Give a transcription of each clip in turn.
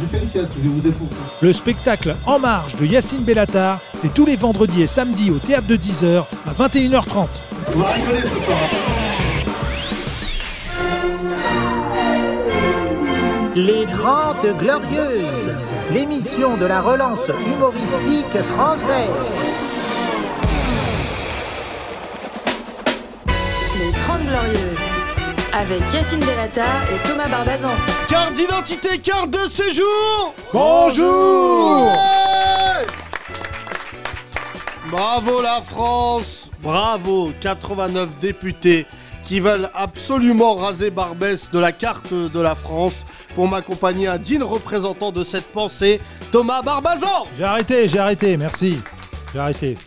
J'ai fait une sieste, je vais vous défoncer. Le spectacle En Marche de Yacine Bellatar, c'est tous les vendredis et samedis au théâtre de 10h à 21h30. On va rigoler ce soir. Les Grandes Glorieuses, l'émission de la relance humoristique française. Les 30 Glorieuses, avec Yacine Delata et Thomas Barbazan. Carte d'identité, carte de séjour Bonjour Ouais Bravo la France Bravo 89 députés qui veulent absolument raser Barbès de la carte de la France pour m'accompagner un digne représentant de cette pensée, Thomas Barbazan J'ai arrêté, j'ai arrêté, merci. J'ai arrêté.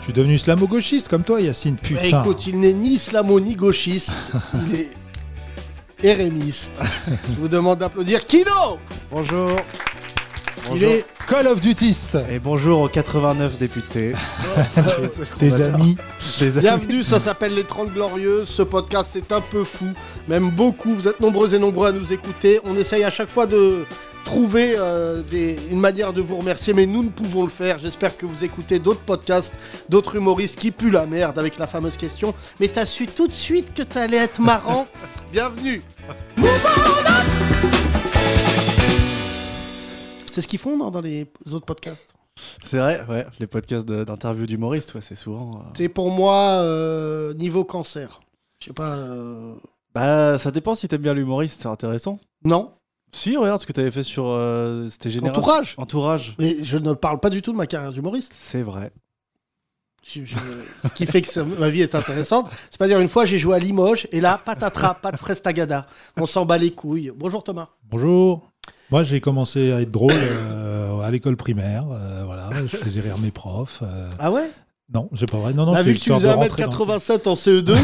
Je suis devenu islamo-gauchiste comme toi, Yacine, putain. Mais Bah, Écoute, il n'est ni islamo ni gauchiste, il est hérémiste. Je vous demande d'applaudir Kino Bonjour. Il est Call of Dutiste, Et bonjour aux 89 députés. tes amis. Des amis. Bienvenue, ça s'appelle Les 30 Glorieuses. Ce podcast est un peu fou, même beaucoup. Vous êtes nombreux et nombreux à nous écouter. On essaye à chaque fois de trouver euh, des- une manière de vous remercier, mais nous ne pouvons le faire. J'espère que vous écoutez d'autres podcasts, d'autres humoristes qui puent la merde avec la fameuse question. Mais t'as su tout de suite que t'allais être marrant Bienvenue C'est ce qu'ils font non, dans les autres podcasts C'est vrai, ouais, les podcasts de- d'interviews d'humoristes, ouais, c'est souvent. euh, C'est pour moi euh, niveau cancer. Je sais pas. euh, Bah, ça dépend si t'aimes bien l'humoriste, c'est intéressant. Non Si, regarde ce que t'avais fait sur. euh, C'était général. Entourage Entourage. Mais je ne parle pas du tout de ma carrière d'humoriste. C'est vrai. Je- je- ce qui fait que ça- ma vie est intéressante. C'est pas dire une fois j'ai joué à Limoges et là patatras, pas de frestagada. On s'en bat les couilles. Bonjour Thomas. Bonjour. Moi, j'ai commencé à être drôle euh, à l'école primaire. euh, voilà, je faisais rire mes profs. euh. Ah ouais Non, j'ai pas vrai. Non, non, Bah, c'était Vu que tu histoire faisais de rentrer dans- 1m87 en CE2,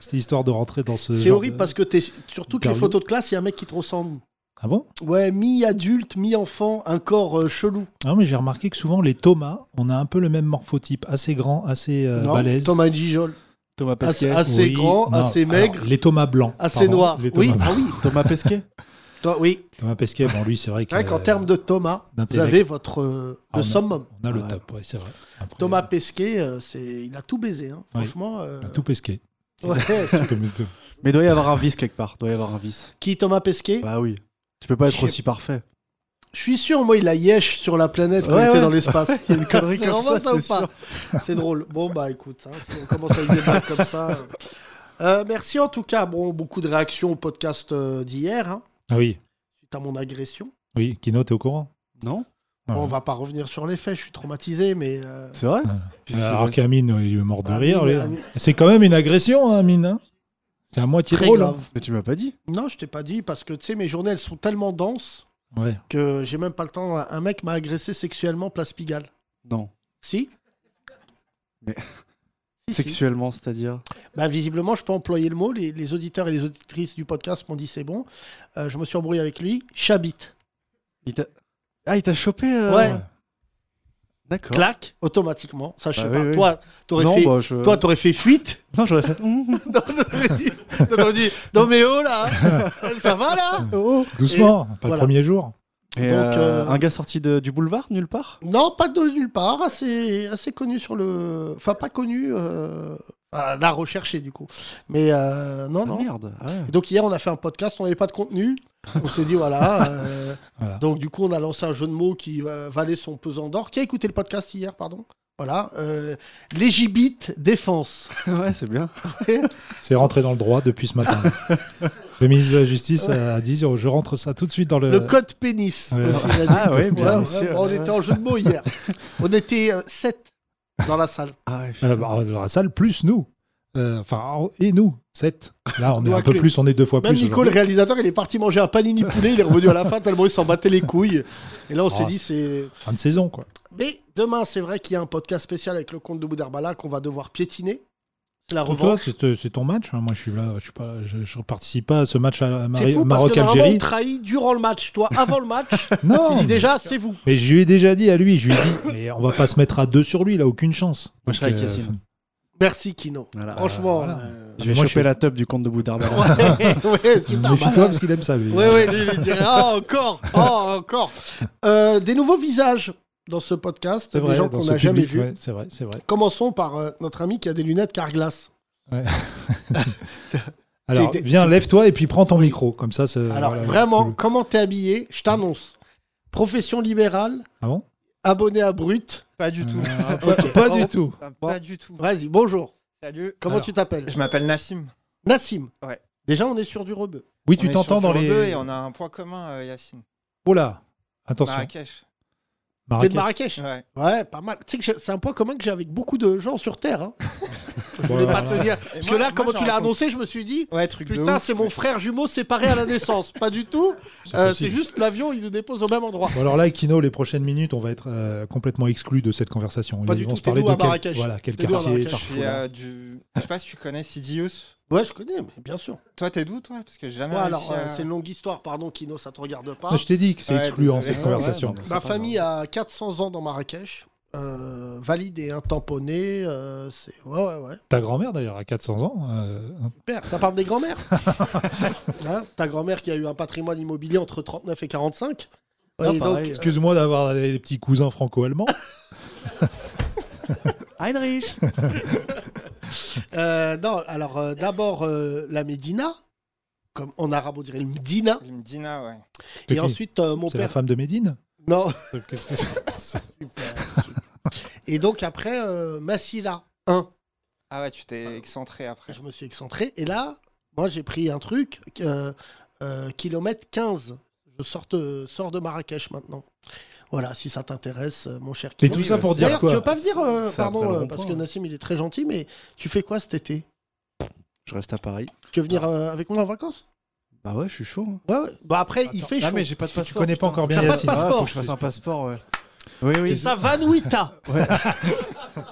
C'était histoire de rentrer dans ce. c'est genre horrible de- parce que t'es sur toutes les Interview. photos de classe, il y a un mec qui te ressemble. Ah bon Ouais, mi-adulte, mi-enfant, un corps euh, chelou. Non, mais j'ai remarqué que souvent les Thomas, on a un peu le même morphotype, assez grand, assez euh, Non, balèze. Thomas Gijol. Thomas As- ah, Pesquet. as- assez grand, assez maigre. les Thomas blancs. Assez pardon. noir. Les Oui, Thomas, ah oui. Thomas Pesquet Toi, oui. Thomas Pesquet, bon, lui, c'est vrai que. euh, C'est vrai qu'en termes de Thomas, vous d'intellect. avez votre euh, Ah, le on a- summum. On a le Ouais. top, ouais, c'est vrai. Après, Thomas Pesquet, euh, c'est... il a tout baisé. hein. Oui. Franchement. euh, on a tout pesqué. ouais. Comme tout. Mais il doit y avoir un vice quelque part. doit y avoir un vice. Qui Thomas Pesquet Bah oui. Tu peux pas Je être sais aussi parfait. Je suis sûr, moi, il a yesh sur la planète quand Ouais, il était ouais. dans l'espace. Il y a une connerie C'est comme vraiment ça, c'est ou pas C'est drôle. Bon, bah écoute, hein, si on commence à le débattre comme ça. euh. Euh, merci en tout cas. Bon, beaucoup de réactions au podcast euh, d'hier, hein, Ah oui, suite à mon agression. oui, Kino, t'es au courant Non Ah Bon, ouais. on va pas revenir sur les faits, je suis traumatisé, mais. euh, C'est vrai Alors qu'Amine, il est mort de Amine, rire. lui. hein. Amine. C'est quand même une agression, hein, Amine. hein c'est à moitié Très drôle. grave. Mais tu m'as pas dit. Non, je t'ai pas dit parce que tu sais, mes journées elles sont tellement denses hein. Ouais. que j'ai même pas le temps. Un mec m'a agressé sexuellement place Pigalle. Non. Si Mais- Si, si. Sexuellement, c'est-à-dire. Bah, visiblement, je peux employer le mot. Les, les auditeurs et les auditrices du podcast m'ont dit c'est bon. Euh, je me suis embrouillé avec lui. Chabit. Oh. Il t'a- Ah, il t'a chopé. euh, Ouais. D'accord. Claque, automatiquement. Ça, je sais Bah pas. oui, oui. Toi, t'aurais Non, fait. bah, je- Toi, t'aurais fait fuite. Non, j'aurais fait. Mmh. T'aurais dit- t'aurais dit, non mais oh là, ça va là Doucement, pas voilà. le premier jour. Et, Donc, euh, euh, Un gars sorti de- du boulevard, nulle part Non, pas de nulle part, assez, assez connu sur le. Enfin, pas connu, euh, à la recherchée du coup. Mais euh, non, Ah, non. Merde. ah ouais. Et donc, hier, on a fait un podcast, on n'avait pas de contenu. On s'est dit, voilà. euh, Voilà. Donc, du coup, on a lancé un jeu de mots qui euh, valait son pesant d'or. Qui a écouté le podcast hier, pardon Voilà. Euh, les gibites défense. ouais, c'est bien. C'est rentré dans le droit depuis ce matin. le ministre de la Justice a dit je rentre ça tout de suite dans le. Le code pénis. Euh, ouais. aussi, il a dit. Ah oui, bien Voilà, sûr. on était en jeu de mots hier. on était 7 dans la salle. Ah ouais, Euh, putain. bah, dans la salle, plus nous. Euh, Enfin, en- et nous, 7. Là, on est Doit un peu clé. plus, on est deux fois Même plus. Nico, le réalisateur, il est parti manger un panini poulet, il est revenu à la fin tellement il s'en battait les couilles. Et là, on s'est Ah. dit, c'est. aujourd'hui. Fin de saison, quoi. Mais demain, c'est vrai qu'il y a un podcast spécial avec le comte de Boudarbala qu'on va devoir piétiner. C'est la Pour toi, revanche. c'est euh, c'est ton match. hein. Moi, je suis là, je suis pas, je, je participe pas à ce match à C'est fou parce que normalement, on Maroc-Algérie. trahit durant le match. Toi, avant le match, il Non, dit déjà, c'est vous. mais je lui ai déjà dit à lui, je lui ai dit, mais on va pas se mettre à deux sur lui, il a aucune chance. Moi, je serais Donc, euh, avec Yacine. Merci Kino. Voilà. Franchement. Bah, Voilà. euh, Je vais Moi, je choper suis- la top du compte de Boudarbala. ouais, ouais, super. Mais je suis comme parce qu'il aime ça, lui. Oui, oui, lui, il dirait Ah, encore Ah, encore Euh, Des nouveaux visages dans ce podcast, C'est des vrai, gens dans qu'on ce n'a jamais public, vus. ouais, c'est vrai, c'est vrai. Commençons par euh, notre ami qui a des lunettes Carglass. Euh, Alors, T'es- t'es- viens, lève-toi et puis prends ton micro. Comme ça, c'est. Alors, voilà, vraiment, cool. comment t'es habillé Je t'annonce. Profession libérale, Ah bon abonné à Brut. Pas du tout. Ok. Euh, Pas du tout. Pas du tout. Vas-y, bonjour. Salut. Comment tu t'appelles Je m'appelle Nassim. Nassim. Ouais. Déjà, on est sur du rebeu. Oui, On tu est sur t'entends dans Jour deux les. Et on a un point commun, euh, Yacine. Oh là Attention. Marrakech. T'es de Marrakech. Marrakech Ouais. Ouais, pas mal. Tu sais que j'ai- c'est un point commun que j'ai avec beaucoup de gens sur Terre. hein. je voulais Voilà. pas te dire. Parce que moi- là, moi, comment j'en tu l'as raconte. annoncé, je me suis dit, Ouais, truc de Putain, ouf. c'est mon frère jumeau séparé à la naissance. Pas du tout. C'est Euh, possible. c'est juste l'avion, il nous dépose au même endroit. Bon, alors là, Kino, les prochaines minutes, on va être euh, complètement exclus de cette conversation. Pas Ils du vont tout, se parler t'es d'où de à quel, Marrakech voilà, quel T'es d'où à quartier. Marrakech Je par- suis euh, du. Je sais pas si tu connais Sidious. Ouais, je connais, mais bien sûr. Toi, t'es d'où, toi Parce que j'ai jamais. Ouais, réussi alors, euh, à- c'est une longue histoire, pardon, Kino, ça te regarde pas. Ah, Je t'ai dit que c'est Ouais, bah, excluant désolé. cette conversation. Ouais, ouais, Ma famille a 400 ans dans Marrakech. euh, valide et intamponnée. euh, c'est... Ouais, ouais, ouais. Ta grand-mère, d'ailleurs, à 400 ans. euh, Père, ça parle des grands-mères. Hein, ta grand-mère qui a eu un patrimoine immobilier entre 39 et 45. Non, et donc, pareil. Excuse-moi d'avoir des petits cousins franco-allemands. Heinrich euh, non, alors euh, d'abord euh, la Médina, comme en arabe on dirait le Médina, Il me dit na, ouais. C'est et qui ensuite euh, mon C'est la père. Euh, femme de Médine Non, Qu'est-ce que c'est Et donc après, euh, Massila 1, Ah ouais, tu t'es excentré après. je me suis excentré. Et là, moi, j'ai pris un truc, euh, euh, kilomètre 15. Je sors de, sors de Marrakech maintenant. Voilà, si ça t'intéresse, euh, mon cher Mais Kino. tout ça pour dire D'ailleurs, tu quoi veux pas venir, euh, C'est pardon, après le euh, rond-point, parce que hein. Nassim, il est très gentil, mais tu fais quoi cet été Je reste à Paris. Tu veux venir Ah. euh, avec moi en vacances Bah ouais, je suis chaud. hein. Ouais, ouais. Bah après, il fait Ah, chaud. mais j'ai pas de passeport. connais pas putain. encore bien J'ai Yacine. de passeport. Ah, faut que je fasse un passeport, ouais. Oui, oui. Et ça, Vanuita Ouais.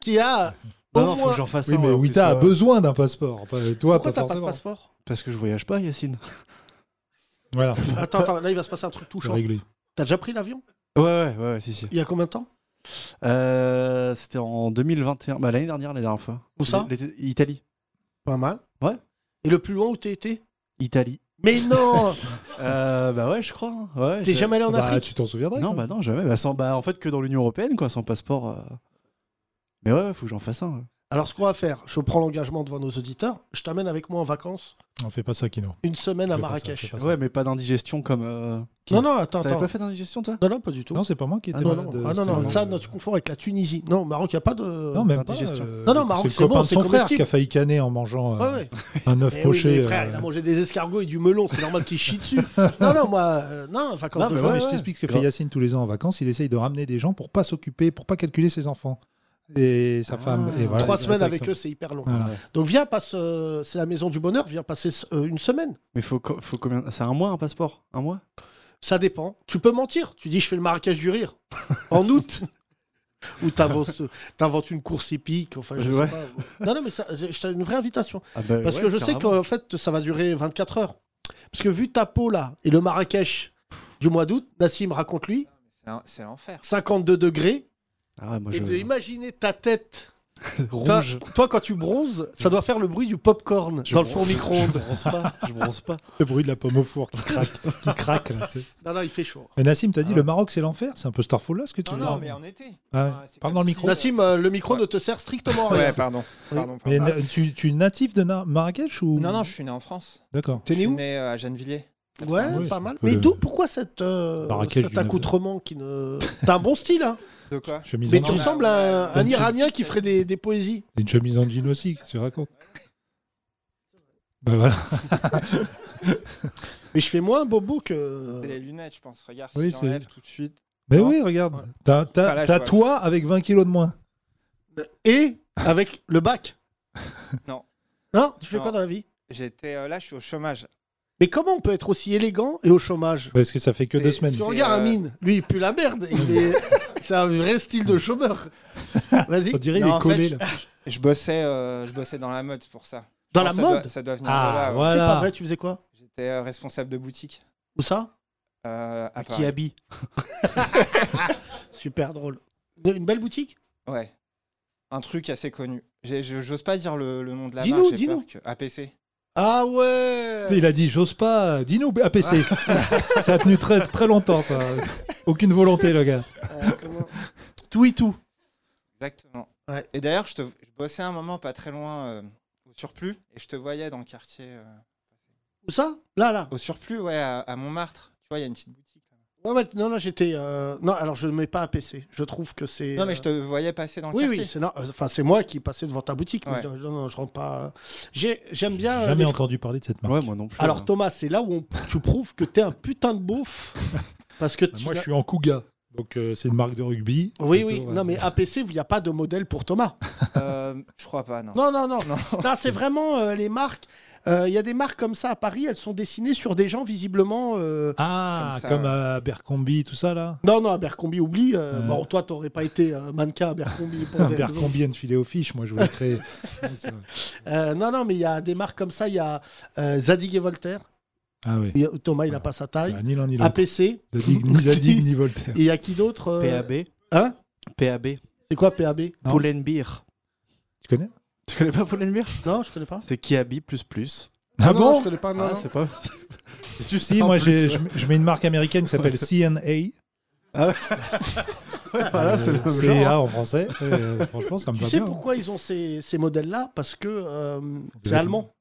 Qui a au Non, non, faut moins... que j'en fasse Oui, un. mais ouais, en Wita plus, a ouais. besoin d'un passeport. Pas- Toi, Pourquoi pas t'as pas de forcément. passeport Parce que je voyage pas, Yacine. Voilà, Attends, attends, là, il va se passer un truc c'est touchant. réglé. T'as déjà pris l'avion Ouais, ouais, ouais, ouais, si, si. Il y a combien de temps Euh, C'était en 2021. Bah, l'année dernière, la dernière fois. Où ça L'été- Italie. Pas mal. Ouais. Et le plus loin où t'es été Italie. Mais non Euh, bah ouais, je crois. hein. Ouais, T'es j'ai- jamais allé en Bah, Afrique tu t'en souviendras Non, quand bah même. non, jamais. Bah, sans... bah, en fait, que dans l'Union Européenne, quoi, sans passeport. euh. Mais ouais, ouais, faut que j'en fasse un. ouais. Alors ce qu'on va faire, je prends l'engagement devant nos auditeurs, je t'amène avec moi en vacances On fait pas ça, Kino. une semaine à Fais pas ça, Marrakech. fais pas ça. Ouais, mais pas d'indigestion comme. euh, non, non, attends, T'avais attends. pas fait d'indigestion, toi Non, non, pas du tout. Non, c'est pas moi qui Ah, étais non, malade. euh, non, ah, non, c'était non, le- ça, non, tu confonds avec la Tunisie. Non, au Maroc, il n'y a pas de... Non, même pas. Indigestion. euh, Non, non, Maroc, c'est le c'est bon, copain de c'est son frère comestible. qui a failli canner en mangeant Ouais, euh, ouais. un œuf Eh oui, poché. mais frère, il a euh, mangé des escargots et du melon, c'est normal qu'il chie dessus. Non, non, moi, euh, non, vacances Non, de mais juin. Ouais, ouais, mais je ouais. t'explique ce que fait Grave. Yacine tous les ans en vacances. Il essaye de ramener des gens pour pas s'occuper, pour pas calculer ses enfants et sa Ah. femme. Et voilà, Trois il semaines arrête avec ça. eux, c'est hyper long. Voilà. Donc viens, passe, euh, c'est la maison du bonheur, viens passer euh, une semaine. Mais faut, co- faut combien C'est un mois, un passeport Un mois Ça dépend. Tu peux mentir. Tu dis, je fais le Marrakech du rire en août. Ou t'inventes euh, t'inventes une course épique. Enfin, je Ouais. sais pas. Non, non, mais ça, je je t'ai une vraie invitation. Ah bah Parce ouais, que je sais carrément. qu'en fait, ça va durer 24 heures. Parce que vu ta peau là et le Marrakech du mois d'août, Nassim raconte lui, C'est un- C'est l'enfer. 52 degrés. Ah ouais, moi Et je. de imaginer ta tête. Toi, Rouge. toi, quand tu bronzes, ça doit faire le bruit du popcorn Je dans le four bronze- micro-ondes. Je bronze pas. Je bronze pas. Le bruit de la pomme au four qui craque. qui craque là, tu sais. Non, non, il fait chaud. mais Nassim, t'as dit Ah ouais. le Maroc c'est l'enfer C'est un peu Starfall là ce que tu Non, dis non, mais en été. Ah ouais. Enfin, c'est Parle comme dans le si- micro. Nassim, euh, le micro Ouais. ne te sert strictement à rien. Ouais, pardon. Pardon, Mais pardon. na- tu, tu es natif de Na- Marrakech ou Non, non, je suis né en France. D'accord. Je suis né euh, à Gennevilliers. Ouais, oui, pas c'est mal. un peu Mais le- d'où, pourquoi cette, euh, Marrakech cet du accoutrement qui ne. T'as un bon style, hein De quoi Chemise Mais en tu on a- jean. ressembles on a- à T'as un une Iranien qui ferait des, des poésies. Une chemise en jean aussi, qu'est-ce que tu racontes Bah voilà. Mais je fais moins bobo que. C'est les lunettes, je pense. Regarde, Oui, si c'est- j'enlève tout de suite. Mais Non. oui, regarde. T'as, t'as- Ah, là, je t'as vois. toi avec 20 kilos de moins. euh, Et avec le bac. Non. Non Tu fais Non. quoi dans la vie J'étais euh, là, je suis au chômage. Mais comment on peut être aussi élégant et au chômage Parce que ça fait que C'est- deux semaines. Tu c'est- regardes euh, Amine, lui il pue la merde. il est- C'est un vrai style de chômeur. Vas-y. On dirait Non, il est en collé fait, là. Je bossais, euh, je bossais dans la mode c'est pour ça. Dans Je pense la que ça mode doit- Ça doit venir de Ah là. ouais. C'est pas voilà. vrai, tu faisais quoi J'étais euh, responsable de boutique. Où ça euh, à Qui Paris. habille Super drôle. Une une belle boutique Ouais. un truc assez connu. J'ai- je- J'ose pas dire le, le nom de la Dis-nous, marque. j'ai dis-nous. peur que- APC. Ah ouais Il a dit j'ose pas, dis-nous APC. Ça a tenu très très longtemps. quoi. Aucune volonté le gars. Euh, comment Tout et tout. Exactement. Ouais. Et d'ailleurs, je, te- je bossais un moment pas très loin euh, au surplus et je te voyais dans le quartier. euh, Où ça Là, là. au surplus, ouais, à, à Montmartre. Tu vois, il y a une petite boutique. là. Ouais, ouais, non, non, j'étais. euh, Non, alors je ne mets pas à PC. Je trouve que c'est. Non, mais euh, je te voyais passer dans le Oui, quartier. oui, c'est non, euh, enfin, c'est moi qui passais devant ta boutique. mais Ouais. je- non, non, je rentre pas. euh, j'ai- J'aime Ah, bien. euh, Jamais les- entendu parler de cette marque. Ouais, moi non plus. Alors hein. Thomas, c'est là où on- tu prouves que t'es un putain de beauf. Parce que tu Bah, Moi je n'as- suis en Couga, donc euh, c'est une marque de rugby. Oui, Plutôt, oui. ouais. Non, mais APC, il n'y a pas de modèle pour Thomas. Euh, je crois pas, non. Non, non, non. Non. Non, c'est vraiment euh, les marques. Euh, Il y a des marques comme ça à Paris, elles sont dessinées sur des gens visiblement. euh, Ah, Comme ça, comme ouais. à Abercrombie, tout ça là. Non, non, Abercrombie, oublie. euh, Ouais. Bon, toi, t'aurais pas été euh, mannequin Abercrombie pour des raisons. Abercrombie and filet aux fiches, moi je voulais créer. Euh, non, non, mais il y a des marques comme ça. Il y a euh, Zadig et Voltaire. ah oui. Il y a- Thomas, il n'a pas sa taille. Bah, ni l'un ni l'autre. APC. Zadig- Ni Zadig ni Voltaire. Et il y a qui d'autre euh, PAB. Hein PAB. C'est quoi PAB Non. Poulenbeer. Tu connais Tu connais pas Poulenbeer Non, je connais pas. C'est Kiabi plus plus. Ah Non, bon Je connais pas. Non, Ah, non. c'est pas. C'est juste Si, un moi plus. j'ai- je, je mets une marque américaine qui s'appelle CNA. Ah Ouais, voilà, c'est le Euh, même genre. CA en français. Euh, franchement, ça me Tu va sais bien. pourquoi ils ont ces, ces modèles-là Parce que euh, c'est avez- allemand.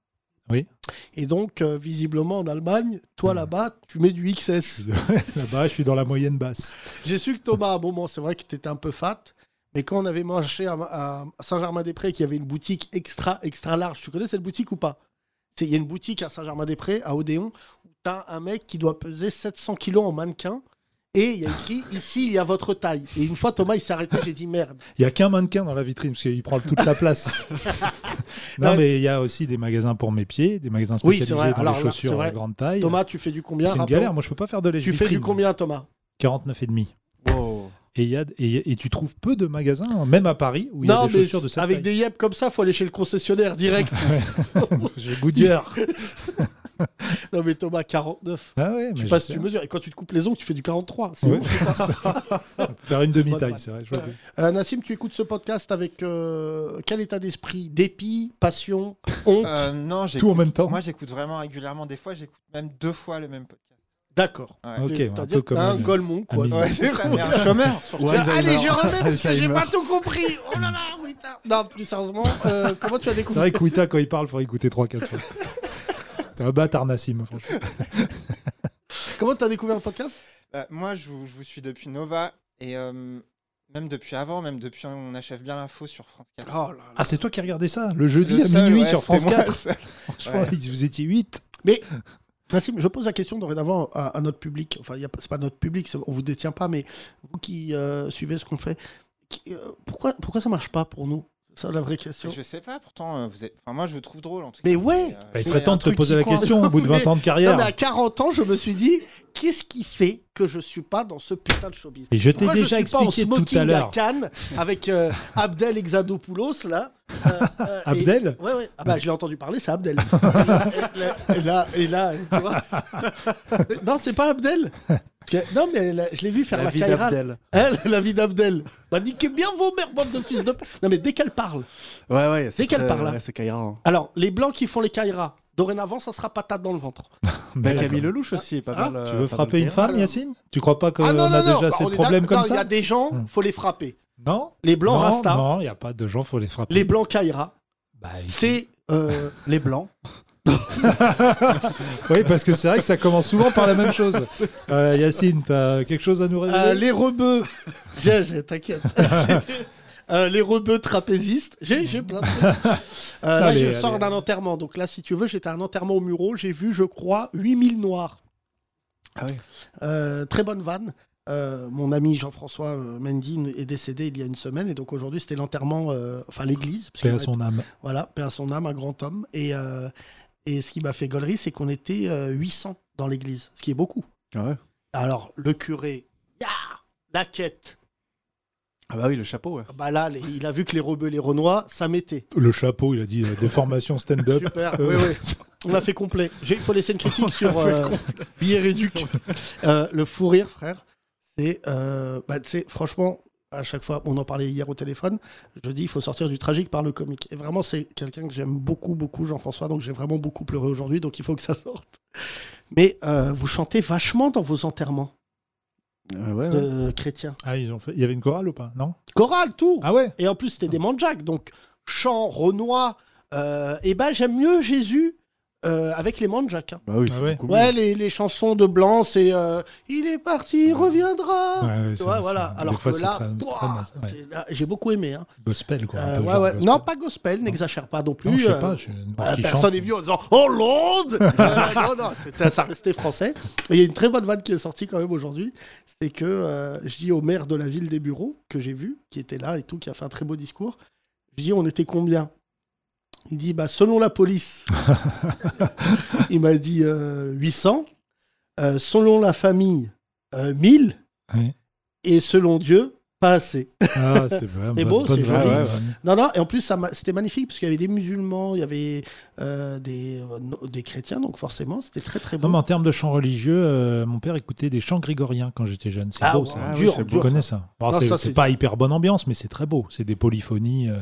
Oui. Hmm. Et donc, euh, visiblement, en Allemagne, toi là-bas, tu mets du XS. Là-bas, je suis dans la moyenne basse. J'ai su que Thomas, à un moment, c'est vrai que tu étais un peu fat. Mais quand on avait marché à, à Saint-Germain-des-Prés, qu'il y avait une boutique extra, extra large, tu connais cette boutique ou pas C'est- Il y a une boutique à Saint-Germain-des-Prés, à Odéon, où tu as un mec qui doit peser 700 kilos en mannequin. Et il y a écrit Ici, il y a votre taille. Et une fois, Thomas, il s'est arrêté. J'ai dit Merde. Il n'y a qu'un mannequin dans la vitrine parce qu'il prend toute la place. non, mais il y a aussi des magasins pour mes pieds, des magasins Oui, c'est vrai. spécialisés dans Alors là, les c'est chaussures vrai. à grande taille. Thomas, tu fais du combien c'est une Rappelons. galère. Moi, je peux pas faire de les Tu fais du combien, Thomas 49,5. Wow. Et, il y a- et, et tu trouves peu de magasins, hein, même à Paris, où il y a Non, des mais chaussures de cette avec taille. des yep comme ça, faut aller chez le concessionnaire direct. J'ai Goodyear. non, mais Thomas, 49. ah ouais, mais Je sais pas si sais. tu mesures. Et quand tu te coupes les ongles, tu fais du 43. C'est Ouais. bon. Faire une pas demi-taille, mal. c'est vrai. je vois bien. Euh, Nassim, tu écoutes ce podcast avec euh, quel état d'esprit Dépit, passion, honte Euh, non, Tout en j'écoute- même temps. moi j'écoute vraiment régulièrement. Des fois, j'écoute même deux fois le même podcast. D'accord. Ouais. Ok, T'es- un t'as peu dit que comme t'as un un- golemon, quoi. un Ouais, c'est ça, mais un chômeur surtout. Ouais, Allez, Alzheimer. je remets parce que j'ai Alzheimer. pas tout compris. Oh là là, oui, t'as- Non, plus sérieusement, euh, comment tu as C'est découvert vrai que Wita, quand il parle, il faut écouter 3-4 fois. T'es un bâtard, Nassim, franchement. Comment t'as découvert le podcast Bah, moi, je vous, je vous suis depuis Nova et euh, même depuis avant, même depuis on achève bien l'info sur France 4. Oh là là. Ah, c'est toi qui regardais ça Le jeudi Le à seul, minuit ouais, sur France c'était moi 4 le seul. Franchement, vous étiez 8. Nassim, je pose la question dorénavant à, à notre public. Enfin, il y a- c'est pas notre public, c'est- on vous détient pas, mais vous qui euh, suivez ce qu'on fait, qui- euh, pourquoi, pourquoi ça marche pas pour nous C'est ça la vraie question. Je sais pas, pourtant, euh, vous êtes... enfin, moi je vous trouve drôle en tout cas. Mais ouais euh, Bah, il c'est serait un temps de te truc poser qui la coince. question au bout de 20 ans de Non, mais à carrière. 40 ans, je me suis dit, qu'est-ce qui fait que je suis pas dans ce putain de showbiz Et je t'ai Pourquoi déjà je suis pas en expliqué tout à smoking à l'heure. Cannes avec euh, Abdel Exadopoulos, là euh, euh, et- Abdel Ouais, ouais. Ah bah, je l'ai entendu parler, c'est Abdel. et, là, et là, et là, tu vois. non, c'est pas Abdel. Parce que- non, mais là, je l'ai vu faire La la, vie Kaira. d'Abdel. Hein, la vie d'Abdel. Bah, niquez bien vos mères, bande de fils de. p- Non, mais dès qu'elle parle. Ouais, ouais. C'est qu'elle très- parle, là. ouais, C'est Kaira. hein. Alors, les blancs qui font les Kaira, dorénavant, ça sera patate dans le ventre. Bah, Mais Camille d'accord. Lelouch aussi est pas Hein mal. Tu euh, veux pas frapper mal une Kaira. femme, Yacine Tu crois pas qu'on ah non, non, a non. déjà Bah, ces on est problèmes d'accord. comme Non, Il y a ça des gens, Hmm. faut les frapper. Non Les blancs Non, Rasta, Non, il n'y a pas de gens, faut les frapper. les blancs Kaira, Bah, il- c'est. euh, Les Blancs. Oui, parce que c'est vrai que ça commence souvent par la même chose. Euh, Yacine, t'as quelque chose à nous révéler euh, les rebeux. J'ai- j'ai- T'inquiète. Euh, les rebeux trapézistes. J'ai j'ai plein de trucs. Euh, là, Allez, je allez, sors d'un allez. enterrement. Donc là, si tu veux, j'étais à un enterrement au Muro. J'ai vu, je crois, 8000 noirs. Ah oui. Euh, très bonne vanne. Euh, mon ami Jean-François euh, Mendy est décédé il y a une semaine et donc aujourd'hui c'était l'enterrement, euh, enfin l'église, parce qu'il Paix à y en a son âme. Voilà, paix à son âme, un grand homme. Et, euh, et ce qui m'a fait gaulerie, c'est qu'on était euh, 800 dans l'église, ce qui est beaucoup. Ah ouais. Alors, le curé, ya, la quête. Ah bah oui, le chapeau, ouais. Bah là, les- il a vu que les rebeux, les renois, ça mettait. Le chapeau, il a dit euh, des formations stand-up. Super, Euh, oui, oui. On a fait complet. J'ai- Il faut laisser une critique sur euh, Billet Réduc. Euh, le fou rire, frère, c'est. euh, bah, tu sais, franchement, à chaque fois, on en parlait hier au téléphone, je dis il faut sortir du tragique par le comique. Et vraiment, c'est quelqu'un que j'aime beaucoup, beaucoup, Jean-François, donc j'ai vraiment beaucoup pleuré aujourd'hui, donc il faut que ça sorte. Mais euh, vous chantez vachement dans vos enterrements Ah Euh, ouais, ouais. de chrétiens. Ah, ils ont fait... Il y avait une chorale ou pas Non Chorale, tout Ah ouais Et en plus, c'était des manjacs, donc chant, renois. Euh, et ben, j'aime mieux Jésus euh, avec les manjacs. hein. Bah oui, Ah c'est ouais. beaucoup Ouais, mieux. les, les chansons de Blanc, c'est euh, Il est parti, il reviendra. Ouais, ouais, Tu ça- vois, ça- voilà. des Alors fois, que c'est là, très- pouah, très naze, ouais. c'est- là, j'ai beaucoup aimé. hein. Gospel, quoi. un Euh, peu ouais, genre ouais. gospel. Non, pas gospel, n'exagère pas non plus. Non, je sais euh, pas. Je... une euh, voix qui personne chante. n'est venu en disant Hollande Euh, Non, non, c'était- ça restait français. Et il y a une très bonne vanne qui est sortie quand même aujourd'hui. C'est que euh, je dis au maire de la ville des bureaux, que j'ai vu, qui était là et tout, qui a fait un très beau discours, je dis On était combien Il dit bah, Selon la police. il m'a dit euh, 800. Euh, selon la famille, euh, 1000. Ouais. Et selon Dieu, pas assez. Ah, c'est vrai. C'est bonne- beau, bonne c'est vanne, joli. bonne Ouais, vanne. Non, non, et en plus, ça m'a- c'était magnifique parce qu'il y avait des musulmans, il y avait euh, des, euh, no- des chrétiens, donc forcément, c'était très très Non, mais beau. en termes de chants religieux, euh, mon père écoutait des chants grégoriens quand j'étais jeune. C'est Ah, beau, ouais, ça. ah oui, dur, c'est Je beau, connais ça. Alors, Non, c'est- ça, c'est c'est pas hyper bonne ambiance, mais c'est très beau. C'est des polyphonies. euh,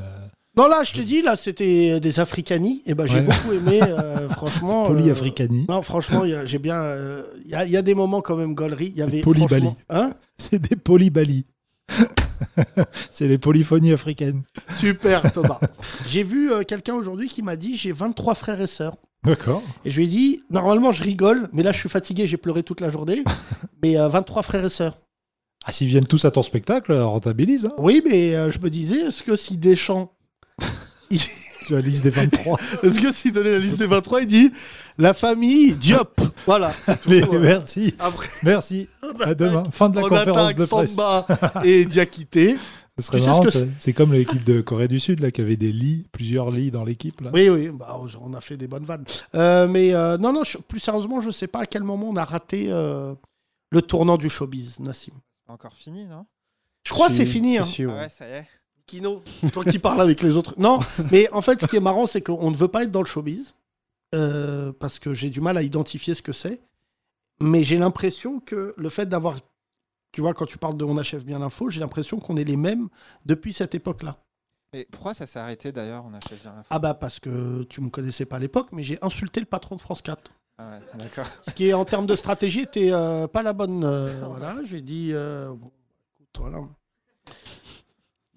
Non, là, je te dis, là, c'était euh, des africanis, et ben j'ai Ouais. beaucoup aimé, euh, franchement. euh, Polyafricanie. non, franchement, il y a- j'ai bien. euh, Il y, a, il y a des moments quand même gaulerie. Il y avait. Polybali. franchement- Hein C'est des polybalis. c'est les polyphonies africaines. Super, Thomas. j'ai vu euh, quelqu'un aujourd'hui qui m'a dit j'ai 23 frères et sœurs. D'accord. Et je lui ai dit normalement, je rigole, mais là, je suis fatigué, j'ai pleuré toute la journée. Mais euh, 23 frères et sœurs. Ah, s'ils viennent tous à ton spectacle, rentabilise. hein. Oui, mais euh, je me disais, est-ce que si Deschamps Tu as la liste des 23. Parce que s'il donnait la liste des 23, il dit la famille Diop. Voilà. c'est tout. Les- Merci. Après, Merci. À demain. Fin de la on conférence attaque de presse. Samba et Diakité. Ce serait Tu sais ce marrant, que ça. C'est comme l'équipe de Corée du Sud, là, qui avait des lits, plusieurs lits dans l'équipe, là. Oui, oui, bah, on a fait des bonnes vannes. Euh, mais euh, non, non, je- plus sérieusement, je sais pas à quel moment on a raté euh, le tournant du showbiz, Nassim. Pas Encore fini, non Je crois que Si, c'est fini. si, hein. si, ouais. Ah ouais, ça y est. Kino, toi qui parles avec les autres. Non, mais en fait, ce qui est marrant, c'est qu'on ne veut pas être dans le showbiz, euh, parce que j'ai du mal à identifier ce que c'est. Mais j'ai l'impression que le fait d'avoir. Tu vois, quand tu parles de On achève bien l'info, j'ai l'impression qu'on est les mêmes depuis cette époque-là. Mais pourquoi ça s'est arrêté d'ailleurs On achète bien l'info. Ah bah, parce que tu me connaissais pas à l'époque, mais j'ai insulté le patron de France 4. Ah ouais, d'accord. Ce qui, est, en termes de stratégie, était euh, pas la bonne. euh, voilà, j'ai dit. euh, bon, écoute, voilà.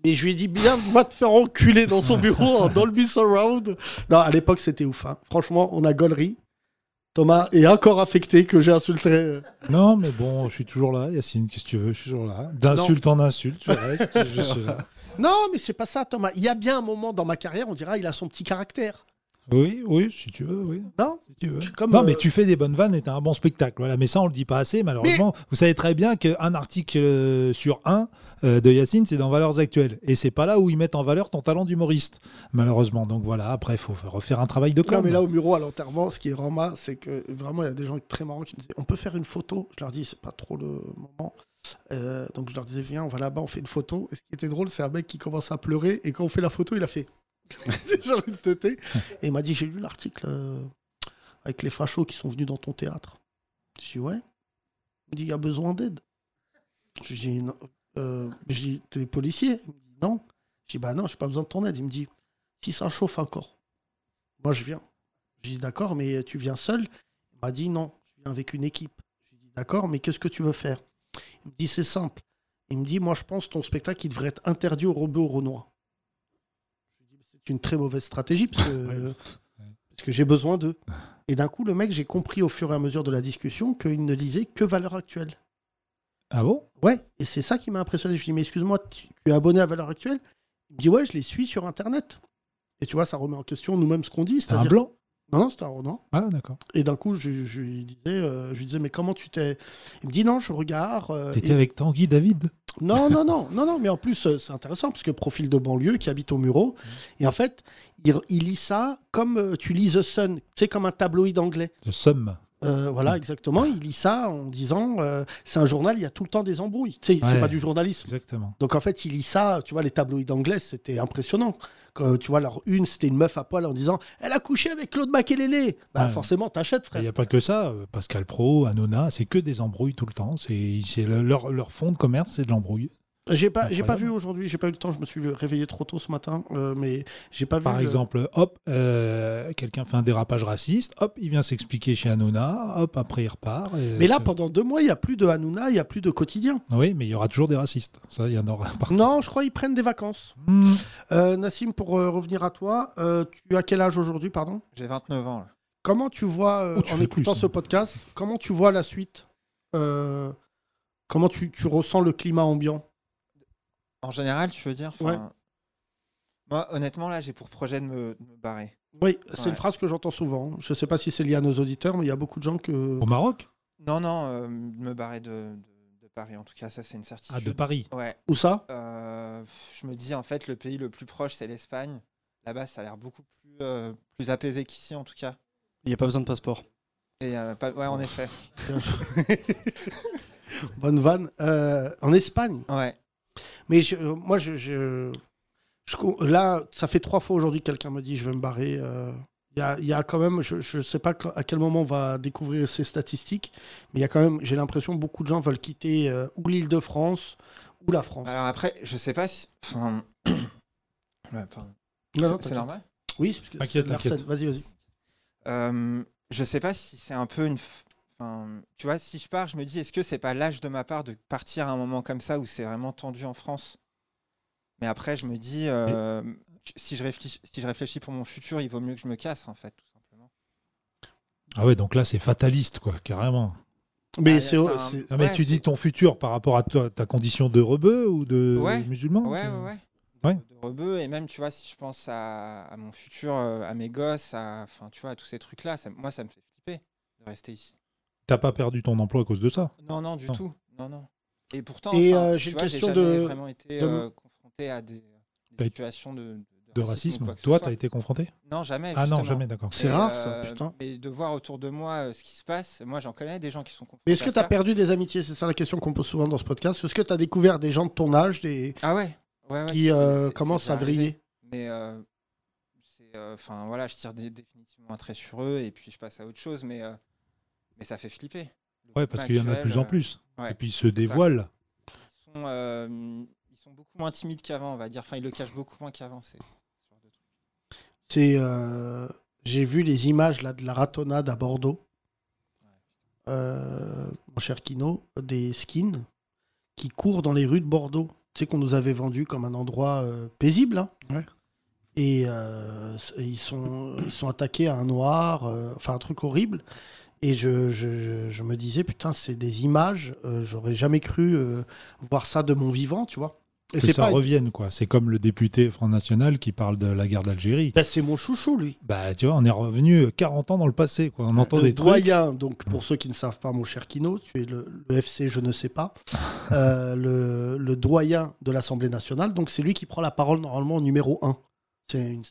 Et je lui ai dit, bien, va te faire enculer dans son bureau hein, en Dolby Surround. Non, à l'époque, c'était ouf. hein. Franchement, on a gaulerie. Thomas est encore affecté que j'ai insulté. euh, Non, mais bon, je suis toujours là, Yacine, qu'est-ce que tu veux Je suis toujours là. D'insulte en insulte, je reste, je suis là. Non, mais c'est pas ça, Thomas. Il y a bien un moment dans ma carrière, on dira, il a son petit caractère. Oui, oui, si tu veux, oui. Non si tu veux. Je suis comme, non, euh, mais tu fais des bonnes vannes et t'as un bon spectacle. Voilà. Mais ça, on le dit pas assez, malheureusement. Vous savez très bien qu'un article euh, sur un euh, de Yacine, c'est dans Valeurs Actuelles. Et c'est pas là où ils mettent en valeur ton talent d'humoriste, malheureusement. Donc voilà, après, il faut refaire un travail de com. Non, mais là, au bureau, à l'enterrement, ce qui est vraiment, c'est que vraiment, il y a des gens très marrants qui me disaient On peut faire une photo Je leur dis C'est pas trop le moment. Euh, donc, je leur disais Viens, on va là-bas, on fait une photo. Et ce qui était drôle, c'est un mec qui commence à pleurer. Et quand on fait la photo, il a fait J'ai envie de teuter. Et il m'a dit J'ai lu l'article euh, avec les fachos qui sont venus dans ton théâtre. Je dis Ouais. Il me dit Il y a besoin d'aide. Je dis Non. Euh, je dis T'es policier Il me dit Non. Je dis Bah non, j'ai pas besoin de ton aide. Il me dit Si ça chauffe encore. Moi, je viens. J'ai dit d'accord, mais tu viens seul Il m'a dit non, je viens avec une équipe. J'ai dit d'accord, mais qu'est-ce que tu veux faire Il me dit c'est simple. Il me dit moi, je pense ton spectacle il devrait être interdit au robot Renoir. Je lui dis c'est une très mauvaise stratégie parce que, parce que j'ai besoin d'eux. Et d'un coup, le mec, j'ai compris au fur et à mesure de la discussion qu'il ne lisait que valeur actuelle. Ah bon Ouais, et c'est ça qui m'a impressionné. Je lui ai dit, mais excuse-moi, tu tu es abonné à Valeur Actuelle Il me dit, ouais, je les suis sur Internet. Et tu vois, ça remet en question nous-mêmes ce qu'on dit. C'est un c'est-à-dire- blanc Non, non, c'était un Renoir. Ah, d'accord. Et d'un coup, je, je lui disais, euh, je lui disais, mais comment tu t'es. Il me dit, non, je regarde. euh, T'étais et- avec Tanguy David Non, non, non, non, non, mais en plus, euh, c'est intéressant, parce que profil de banlieue qui habite au Muro. Et en fait, il, il lit ça comme euh, tu lis The Sun, tu sais, comme un tabloïd anglais. de Somme. Euh, voilà, exactement. Il lit ça en disant, euh, c'est un journal, il y a tout le temps des embrouilles. Tu sais, c'est Ouais. pas du journalisme. Exactement. Donc en fait, il lit ça, tu vois, les tabloïds anglais, c'était impressionnant. Quand, tu vois, leur une, c'était une meuf à poil en disant Elle a couché avec Claude Makelele. Bah Ouais. forcément, t'achètes, Il frère. n'y a pas que ça. euh, Pascal Pro, Anona, c'est que des embrouilles tout le temps. C'est c'est le- leur, leur fond de commerce, c'est de l'embrouille. J'ai pas, j'ai pas Incroyable. vu aujourd'hui, j'ai pas eu le temps, je me suis réveillé trop tôt ce matin, euh, mais j'ai pas vu. Par le- exemple, hop, euh, quelqu'un fait un dérapage raciste, hop, il vient s'expliquer chez Hanouna, hop, après il repart. et- Mais là, pendant deux mois, il n'y a plus de Hanouna, il n'y a plus de quotidien. Oui, mais il y aura toujours des racistes. Ça, il y en aura. Par... Non, je crois qu'ils prennent des vacances. Mmh. Hmm. Euh, Nassim, pour euh, revenir à toi, euh, tu as quel âge aujourd'hui, pardon J'ai 29 ans. Là. Comment tu vois, euh, Oh, tu en fais écoutant plus, ce hein. podcast, comment tu vois la suite Euh, Comment tu, tu ressens le climat ambiant En général, tu veux dire enfin, Moi, honnêtement, là, j'ai pour projet de me, de me barrer. Oui, c'est Ouais. une phrase que j'entends souvent. hein. Je ne sais pas si c'est lié à nos auditeurs, mais il y a beaucoup de gens que. Au Maroc Non, non, euh, de me barrer de, de- de Paris. En tout cas, ça, c'est une certitude. Ah, de Paris. Ouais. Où ça euh, je me dis, en fait, le pays le plus proche, c'est l'Espagne. Là-bas, ça a l'air beaucoup plus, euh, plus apaisé qu'ici, en tout cas. Il n'y a pas besoin de passeport. Et, euh, pas- Ouais, en effet. Bonne vanne. Euh, en Espagne. Ouais. Mais je- euh, moi, je, je- je co- là, ça fait trois fois aujourd'hui que quelqu'un me dit je vais me barrer. euh. Il y, a, il y a quand même, je ne sais pas quand- à quel moment on va découvrir ces statistiques, mais il y a quand même, j'ai l'impression, beaucoup de gens veulent quitter euh, ou l'île de France ou la France. Alors après, je sais pas si. Enfin... ouais, pardon. Non, C'est- non, Ah, c'est t'inquiète. normal. Oui, parce que c'est T'inquiète, la t'inquiète. recette. Vas-y, vas-y. Euh, je sais pas si c'est un peu une. f- enfin, tu vois, si je pars, je me dis, est-ce que c'est pas l'âge de ma part de partir à un moment comme ça où c'est vraiment tendu en France Mais après, je me dis, euh, si, je réfléchis, si je réfléchis pour mon futur, il vaut mieux que je me casse, en fait, tout simplement. Ah ouais, donc là, c'est fataliste, quoi, carrément. Mais Ah, c'est, y a ça, c'est- Non, mais Ouais, tu dis c'est- ton futur par rapport à toi, ta condition de rebeu ou de Ouais, musulman Ouais, tu- ouais, ouais. Ouais. euh, De, de rebeu, et même, tu vois, si je pense à, à mon futur, euh, à mes gosses, à, enfin, tu vois, à tous ces trucs-là, ça- moi, ça me fait flipper de rester ici. T'as pas perdu ton emploi à cause de ça Non, non, du Non. tout. Non, non. Et pourtant, Et, enfin, euh, tu j'ai une vois, question jamais de- vraiment été de- euh, confronté à des, des T'as- situations de, De ou racisme Ah, quoi que ce Toi, soit. t'as été confronté Non, jamais. Ah non, justement. jamais, d'accord. c'est Et, rare ça, euh, putain. Mais de voir autour de moi euh, ce qui se passe, moi j'en connais des gens qui sont confrontés. Mais est-ce que à tu as ça. perdu des amitiés C'est ça la question qu'on pose souvent dans ce podcast. Est-ce que tu as découvert des gens de ton âge des... Ah ouais. ouais, ouais, qui c'est- euh, c'est- c'est commencent déjà à arrivé. briller Mais euh, c'est, euh, enfin voilà, je tire dé- définitivement un trait sur eux et puis je passe à autre chose, mais euh, mais ça fait flipper. Le Ouais, climat parce qu'il y en a de actuel, plus en euh, plus. ouais, Et puis ils se ça. dévoilent. ils sont, euh, ils sont beaucoup moins timides qu'avant, on va dire. Enfin, ils le cachent beaucoup moins qu'avant. C'est... ce genre de truc. C'est, euh, j'ai vu les images là de la ratonnade à Bordeaux. Euh, mon cher Kino, des skins qui courent dans les rues de Bordeaux. Tu sais qu'on nous avait vendu comme un endroit euh, paisible. hein. Et euh, c- ils, sont, ils sont attaqués à un noir, euh, enfin un truc horrible. Et je, je- je- je me disais, putain, c'est des images, euh, j'aurais jamais cru euh, voir ça de mon vivant, tu vois. Et Que c'est ça pas. revienne, quoi. C'est comme le député Front National qui parle de la guerre d'Algérie. Ben, c'est mon chouchou, lui. Bah, tu vois, on est revenu 40 ans dans le passé, quoi. On entend Euh, le des trucs. doyen, donc pour ceux qui ne savent pas, mon cher Kino, tu es le, le FC, je ne sais pas, euh, le, le doyen de l'Assemblée nationale. Donc c'est lui qui prend la parole normalement en numéro 1. C'est une-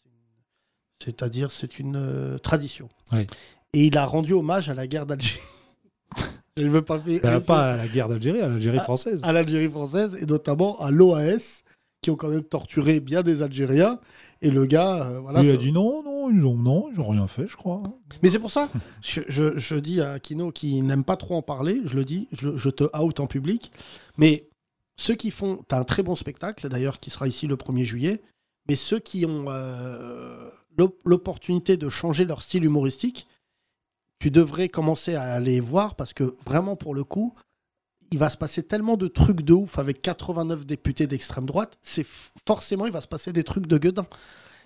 c'est-à-dire c'est une euh, tradition. Oui. Et il a rendu hommage à la guerre d'Algérie. je ne veux pas faire Bah, pas à la guerre d'Algérie, à Ah, l'Algérie française. à l'Algérie française et notamment à l'OAS qui ont quand même torturé bien des Algériens. Et le gars, euh, voilà. Lui a ça- dit non, non, ils ont, non, ils ont rien fait, je crois. Mais c'est pour ça, je, je- je dis à Kino qui n'aime pas trop en parler, je le dis, je, je te out en public, mais ceux qui font, t'as un très bon spectacle d'ailleurs qui sera ici le 1er juillet, mais ceux qui ont euh, l'op- l'opportunité de changer leur style humoristique, tu devrais commencer à aller voir parce que vraiment pour le coup, il va se passer tellement de trucs de ouf avec 89 députés d'extrême droite, c'est f- forcément il va se passer des trucs de gueudin.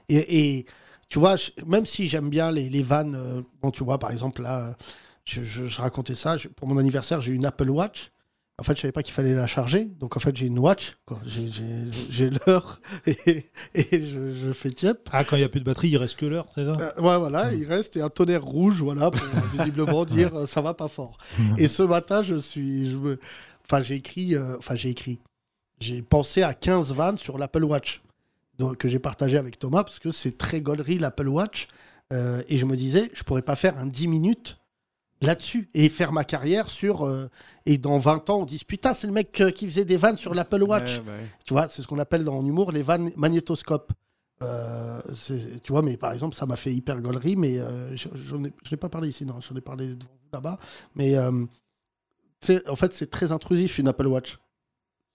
Et, et tu vois, je- même si j'aime bien les, les vannes, euh, bon, tu vois, par exemple, là, euh, je, je- je racontais ça, je- pour mon anniversaire, j'ai une Apple Watch. En fait, je savais pas qu'il fallait la charger, donc en fait, j'ai une watch, quoi. J'ai- j'ai- j'ai l'heure et, et je, je fais tiep. Ah, quand il n'y a plus de batterie, il reste que l'heure, c'est ça Euh, ouais, voilà, il reste et un tonnerre rouge, voilà, pour visiblement dire euh, ça va pas fort. Mhm. Et ce matin, je suis. Je me... Enfin, j'ai écrit. euh, Enfin, j'ai écrit. J'ai pensé à 15 vannes sur l'Apple Watch donc, que j'ai partagé avec Thomas parce que c'est très gaulerie l'Apple Watch. Euh, et je me disais, je pourrais pas faire un 10 minutes là-dessus et faire ma carrière sur. euh, et dans 20 ans, on dit putain, c'est le mec euh, qui faisait des vannes sur l'Apple Watch. Ouais, bah ouais. Tu vois, c'est ce qu'on appelle dans- en humour les vannes magnétoscopes. Euh, c'est- tu vois, mais par exemple, ça m'a fait hyper gaulerie, mais euh, je- j'en ai- je n'ai pas parlé ici, non, j'en ai parlé devant vous là-bas. Mais euh, tu sais, en fait, c'est très intrusif une Apple Watch.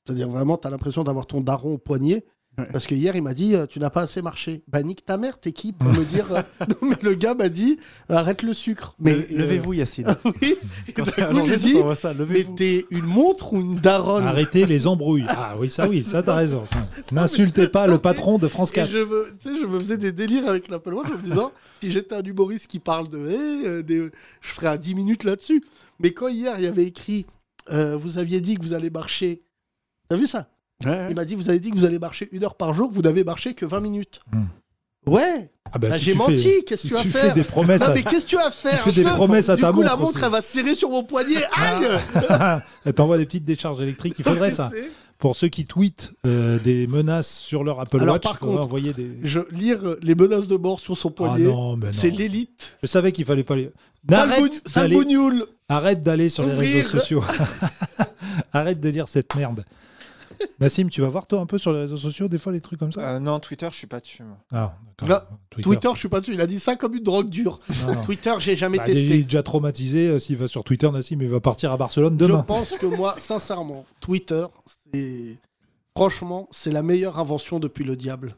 C'est-à-dire vraiment, tu as l'impression d'avoir ton daron au poignet. Ouais. Parce que hier, il m'a dit euh, Tu n'as pas assez marché. Bah, nique ta mère, t'es qui pour me dire. euh, non, mais le gars m'a dit Arrête le sucre. Mais, Le- Levez-vous, Yacine. euh, oui. Quand d'un c'est à coup, manger, j'ai ça dit, t'envoie ça, Mais levez-vous. t'es une montre ou une daronne Arrêtez les embrouilles. Ah oui, ça oui, ça t'as raison. N'insultez pas le patron de France Et 4. je me, tu sais, je me faisais des délires avec l'Apple Watch en me disant si j'étais un humoriste qui parle de eh, euh, des- je ferais un 10 minutes là-dessus. Mais quand hier il y avait écrit euh, vous aviez dit que vous allez marcher, t'as vu ça Ouais, ouais. Il m'a dit vous avez dit que vous allez marcher une heure par jour, vous n'avez marché que 20 minutes. Hmm. Ouais, Ah bah, bah, si j'ai tu menti, fais- qu'est-ce que si tu vas tu faire fais des promesses. Non à- mais qu'est-ce que tu vas faire Tu fais des Jean promesses à Du ta coup, la montre montre aussi. elle va se serrer sur mon poignet. Aïe Elle t'envoie des petites décharges électriques. Il faudrait ça. C'est- Pour ceux qui tweetent euh, des menaces sur leur Apple Alors, Watch, par il faudrait contre, envoyer des. Je lire euh, les menaces de mort sur son Ah poignet. non, mais non. C'est l'élite. Je savais qu'il fallait pas les. Salbou- Arrête d'aller Salbougnoul. Arrête d'aller sur les Ouvrir. réseaux sociaux. Arrête de lire cette merde. Nassim, tu vas voir toi un peu sur les réseaux sociaux des fois les trucs comme ça Euh, non, Twitter, je suis pas dessus. moi. Ah, Là, d'accord. Twitter, je suis pas dessus. Il a dit ça comme une drogue dure. Non, non. Twitter, j'ai jamais Bah, Il est testé. déjà traumatisé. euh, S'il va sur Twitter, Nassim, il va partir à Barcelone Je demain. pense que moi, sincèrement, Twitter, c'est franchement, c'est la meilleure invention depuis le diable.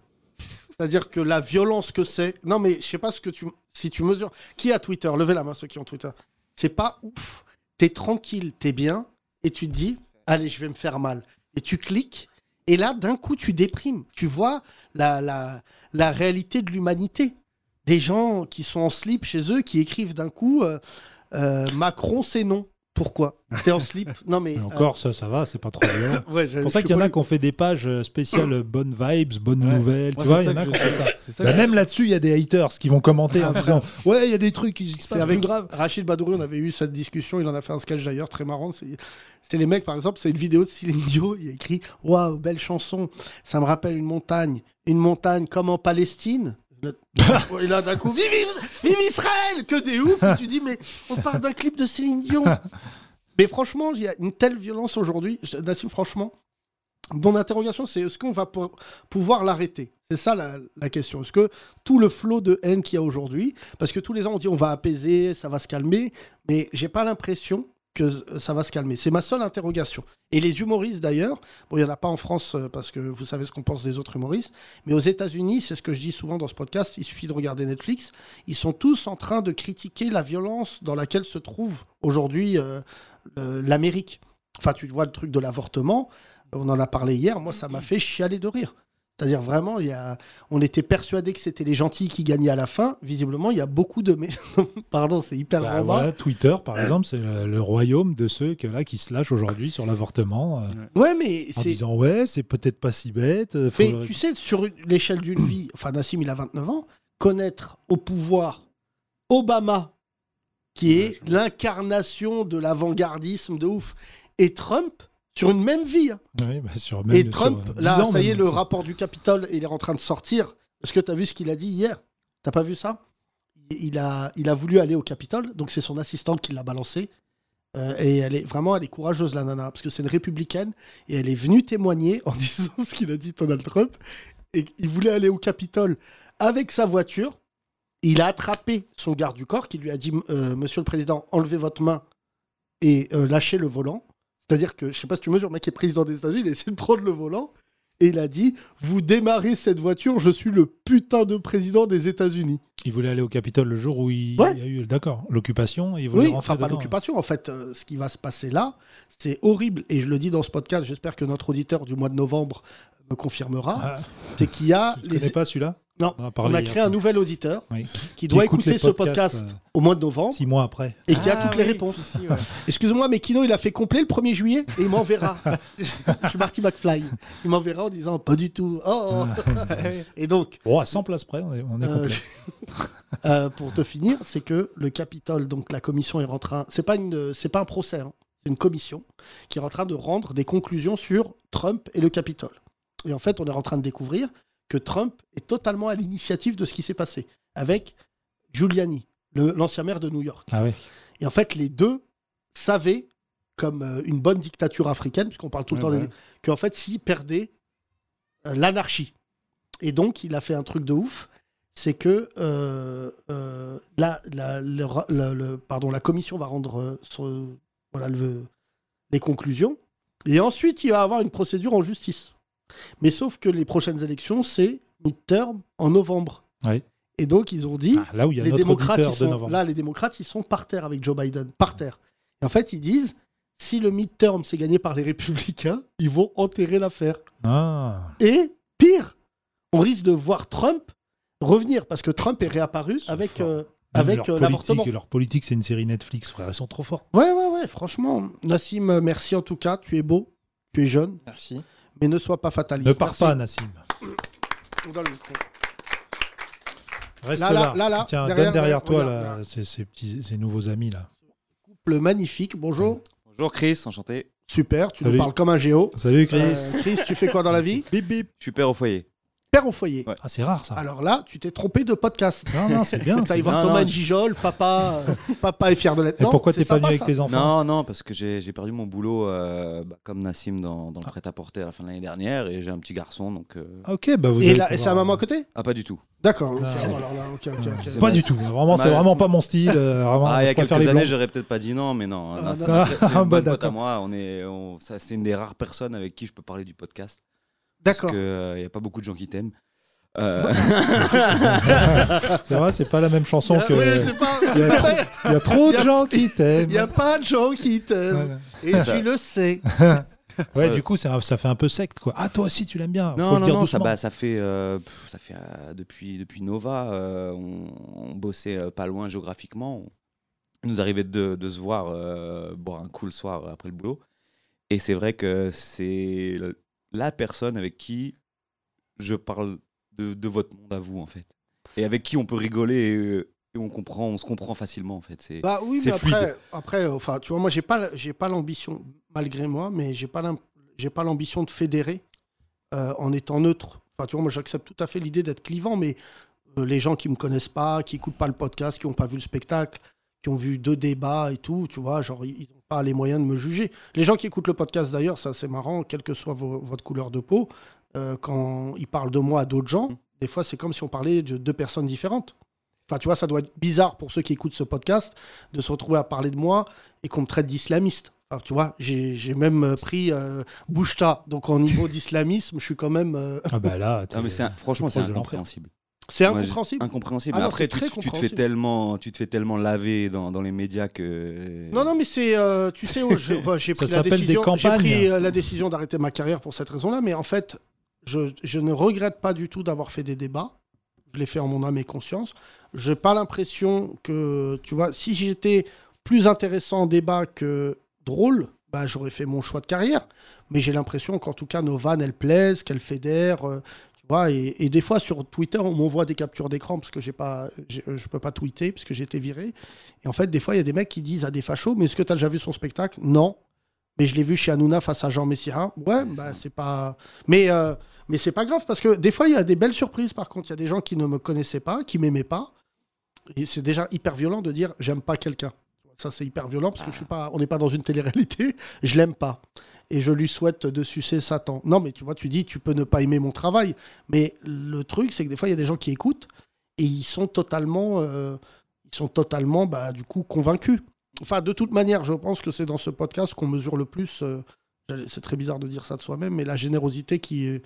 C'est-à-dire que la violence que c'est. Non, mais je sais pas ce que tu si tu mesures. Qui a Twitter Levez la main ceux qui ont Twitter. C'est pas ouf. T'es tranquille, t'es bien, et tu te dis, allez, je vais me faire mal. Et tu cliques, et là, d'un coup, tu déprimes. Tu vois la, la, la réalité de l'humanité. Des gens qui sont en slip chez eux, qui écrivent d'un coup, euh, euh, Macron, c'est non. Pourquoi T'es en slip Non, mais. Mais encore, ça, ça va, c'est pas trop violent. euh, ouais, je- C'est pour ça euh, je qu'il y en suis a qui ont fait des pages euh, spéciales euh, bonnes vibes, bonnes Ouais. nouvelles. Moi, tu vois, c'est il y en ça a que qui ont je- fait ça. C'est ça Bah, que même là-dessus, il y a des haters qui vont commenter en disant Ouais, il y a des trucs qui se C'est passent avec plus graves. Rachid Badouri, on avait eu cette discussion, il en a fait un sketch d'ailleurs, très marrant. C'est c'est les mecs, par exemple, c'est une vidéo de Céline Dion, il a écrit « Waouh, belle chanson, ça me rappelle une montagne, une montagne comme en Palestine ». Le- Et là, d'un coup, vive, Is- vive Israël Que des ouf Et Tu dis, mais on part d'un clip de Céline Dion Mais franchement, il y a une telle violence aujourd'hui, je- Nassim, franchement, mon interrogation, c'est est-ce qu'on va pour- pouvoir l'arrêter C'est ça la, la question. Est-ce que tout le flot de haine qu'il y a aujourd'hui, parce que tous les ans, on dit on va apaiser, ça va se calmer, mais j'ai pas l'impression que euh, ça va se calmer. C'est ma seule interrogation. Et les humoristes d'ailleurs, bon, il n'y en a pas en France euh, parce que vous savez ce qu'on pense des autres humoristes, mais aux États-Unis, c'est ce que je dis souvent dans ce podcast, il suffit de regarder Netflix, ils sont tous en train de critiquer la violence dans laquelle se trouve aujourd'hui euh, euh, l'Amérique. Enfin, tu vois le truc de l'avortement, on en a parlé hier, moi ça m'a fait chialer de rire. C'est-à-dire vraiment, il y a... on était persuadé que c'était les gentils qui gagnaient à la fin. Visiblement, il y a beaucoup de... mé- Pardon, c'est hyper Bah, romain. voilà, Twitter, par exemple, c'est le, le royaume de ceux que, là, qui se lâchent aujourd'hui sur l'avortement euh, Ouais, mais en c'est. disant Ouais, c'est peut-être pas si bête. euh, faut- Mais tu sais, sur une- l'échelle d'une vie, enfin Nassim, il a 29 ans, connaître au pouvoir Obama, qui est l'incarnation de l'avant-gardisme de ouf, et Trump, sur une même vie. hein. Ouais, bah, sur- même Et sur Trump, 10 là, ans, ça y est, même, le ça. rapport du Capitole, il est en train de sortir. Est-ce que tu as vu ce qu'il a dit hier T'as pas vu ça il a, il a voulu aller au Capitole, donc c'est son assistante qui l'a balancé. Euh, et elle est vraiment, elle est courageuse, la nana, parce que c'est une républicaine, et elle est venue témoigner en disant ce qu'il a dit Donald Trump. Et il voulait aller au Capitole avec sa voiture. Il a attrapé son garde du corps qui lui a dit Euh, Monsieur le Président, enlevez votre main et euh, lâchez le volant. C'est-à-dire que, je sais pas si tu mesures, le mec est président des États-Unis, il a essayé de prendre le volant et il a dit Vous démarrez cette voiture, je suis le putain de président des États-Unis. Il voulait aller au Capitole le jour où il, Ouais. il y a eu d'accord l'occupation. et Il voulait Oui, rentrer enfin, pas dedans. l'occupation. En fait, euh, ce qui va se passer là, c'est horrible. Et je le dis dans ce podcast, j'espère que notre auditeur du mois de novembre me confirmera Ah, c'est qu'il y a. tu ne les- connais pas celui-là Non, On euh, en a on parlé a hier. créé un nouvel auditeur Oui. qui doit écoute écouter les ce podcasts, euh. podcast au mois de novembre Six mois après. et qui a Ah toutes les oui, réponses. si, si, ouais. Excuse-moi, mais Kino, il a fait complet le 1er juillet et il m'enverra. je suis Marty McFly. Il m'enverra en disant pas du tout. Oh. et donc, Oh, à 100 places près, on est, on est euh, complet. euh, pour te finir, c'est que le Capitole, donc la commission est en train. C'est pas une, c'est pas un procès, hein. c'est une commission qui est en train de rendre des conclusions sur Trump et le Capitole. Et en fait, on est en train de découvrir que Trump est totalement à l'initiative de ce qui s'est passé avec Giuliani, le- l'ancien maire de New York. Ah oui. Et en fait, les deux savaient, comme euh, une bonne dictature africaine, puisqu'on parle tout le Ouais, temps bah des- ouais. qu'en fait, s'ils perdaient euh, l'anarchie. Et donc, il a fait un truc de ouf, c'est que euh, euh, la, la- le ra- le- le- pardon, la commission va rendre euh, son- voilà, le- les conclusions, Et ensuite, il va avoir une procédure en justice. Mais sauf que les prochaines élections, c'est mid-term en novembre. Oui. Et donc, ils ont dit, Ah, là où il y a les notre démocrates, auditeur ils de sont- novembre. là, les démocrates, ils sont par terre avec Joe Biden, par terre. Et en fait, ils disent, si le midterm c'est gagné par les républicains, ils vont enterrer l'affaire. Ah, Et pire, on risque de voir Trump revenir parce que Trump est réapparu sont avec forts. euh, Même avec, leur euh, l'avortement. politique, leur politique, c'est une série Netflix, frère. Ils sont trop forts. Ouais, ouais, ouais, franchement. Nassim, euh, merci en tout cas. Tu es beau, tu es jeune, Merci. mais ne sois pas fataliste. Ne pars Merci. pas, Nassim. On donne le micro. Reste Là, là. là, là, là, Tiens, derrière, donne derrière euh, ouais, toi regarde, là, ces, ces petits, ces nouveaux amis là. Couple magnifique, bonjour. Bonjour Chris, enchanté. Super, tu Salut. nous parles comme un géo. Salut Chris. Euh, Chris, tu fais quoi dans la vie Bip bip. Je suis père au foyer. Père au foyer. Ouais. Ah, c'est rare ça. Alors là, tu t'es trompé de podcast. Non, non, c'est bien. T'as c'est allé voir non, Thomas non, de Gijol, papa, euh, papa est fier de l'être. Et Non, pourquoi t'es c'est pas venu sympa, avec ça. tes enfants Non, non, parce que j'ai j'ai perdu mon boulot euh, bah, comme Nassim dans, dans le prêt-à-porter à la fin de l'année dernière et j'ai un petit garçon donc. euh, Ah, Ok, bah vous. Et, allez là, et pouvoir- sa maman à côté Ah, pas du tout. D'accord. Ah, ok, ouais. alors là, ok, ok, Ouais, ok. c'est Pas du tout. Vraiment, c'est Bah, vraiment c'est- pas mon style. euh, vraiment, Ah, il y je préfère a quelques les blancs. années, j'aurais peut-être pas dit non, mais non. Ah, non, c'est d'accord. c'est une Ah, bah, bonne pote à d'accord. moi. On est, on- ça, c'est une des rares personnes avec qui je peux parler du podcast. D'accord. Parce qu'il n'y a pas beaucoup de gens qui t'aiment. Euh, C'est vrai, c'est pas la même chanson que. Ah, ouais, c'est pas- Il y a trop, il y a trop Il y de a- gens qui Il n'y a t'aiment. pas de gens qui t'aiment. Voilà. Et tu le sais. Ouais, Ouais. du coup, c'est un- ça fait un peu secte, quoi. Ah, toi aussi, tu l'aimes bien. Faut non, le non, dire non, ça, doucement. bah, ça fait, euh, pff, ça fait euh, depuis, depuis Nova, euh, on, on bossait euh, pas loin géographiquement. On- Il nous arrivait de, de se voir euh, boire un coup le soir après le boulot. Et c'est vrai que c'est le- la personne avec qui je parle de, de votre monde à vous, en fait. Et avec qui on peut rigoler et, euh, et on, comprend, on se comprend facilement, en fait. C'est Bah oui, C'est mais après, fluide. après, euh, enfin, tu vois, moi, j'ai pas, la- j'ai pas l'ambition, malgré moi, mais j'ai pas, l'im- j'ai pas l'ambition de fédérer euh, en étant neutre. Enfin, tu vois, moi, j'accepte tout à fait l'idée d'être clivant, mais euh, les gens qui me connaissent pas, qui écoutent pas le podcast, qui ont pas vu le spectacle, qui ont vu deux débats et tout, tu vois, genre, ils ils ont pas les moyens de me juger. Les gens qui écoutent le podcast, d'ailleurs, ça, c'est marrant, quelle que soit vo- votre couleur de peau, euh, quand ils parlent de moi à d'autres gens, Mmh. des fois, c'est comme si on parlait de deux personnes différentes. Enfin, tu vois, ça doit être bizarre pour ceux qui écoutent ce podcast de se retrouver à parler de moi et qu'on me traite d'islamiste. Alors, tu vois, j'ai j'ai même euh, pris euh, Bouchta. Donc, en niveau d'islamisme, je suis quand même. euh, Ah bah là, t'es- Ah, mais c'est un- franchement, t'es c'est proche de l'enfer. incompréhensible. C'est Moi, j'ai- incompréhensible. Incompréhensible. Ah mais non, après, c'est tu, très tu- tu te fais compréhensible. tellement, tu te fais tellement laver dans, dans les médias que. Non, non, mais c'est. euh, tu sais, oh, je- bah, j'ai Ça pris, la s'appelle des décision, j'ai campagnes. pris euh, la décision d'arrêter ma carrière pour cette raison-là, mais en fait, je, je ne regrette pas du tout d'avoir fait des débats. Je l'ai fait en mon âme et conscience. Je n'ai pas l'impression que, tu vois, si j'étais plus intéressant en débat que drôle, bah, j'aurais fait mon choix de carrière. Mais j'ai l'impression qu'en tout cas, nos vannes, elles plaisent, qu'elles fédèrent. euh, tu vois, et, et des fois, sur Twitter, on m'envoie des captures d'écran parce que j'ai pas, j'ai- euh, je peux pas tweeter parce que j'ai été viré. Et en fait, des fois, il y a des mecs qui disent à des fachos Mais est-ce que tu as déjà vu son spectacle Non. Mais je l'ai vu chez Hanouna face à Jean Messira. Ouais, bah, c'est pas. Mais, euh, mais c'est pas grave parce que des fois, il y a des belles surprises par contre. Il y a des gens qui ne me connaissaient pas, qui m'aimaient pas. Et c'est déjà hyper violent de dire J'aime pas quelqu'un. Ça, c'est hyper violent parce que je suis pas, on n'est pas dans une télé-réalité. Je l'aime pas. Et je lui souhaite de sucer Satan. Non, mais tu vois, tu dis Tu peux ne pas aimer mon travail. Mais le truc, c'est que des fois, il y a des gens qui écoutent et ils sont totalement. euh, ils sont totalement, bah, du coup, convaincus. Enfin, de toute manière, je pense que c'est dans ce podcast qu'on mesure le plus. euh, j'allais- c'est très bizarre de dire ça de soi-même, mais la générosité qui,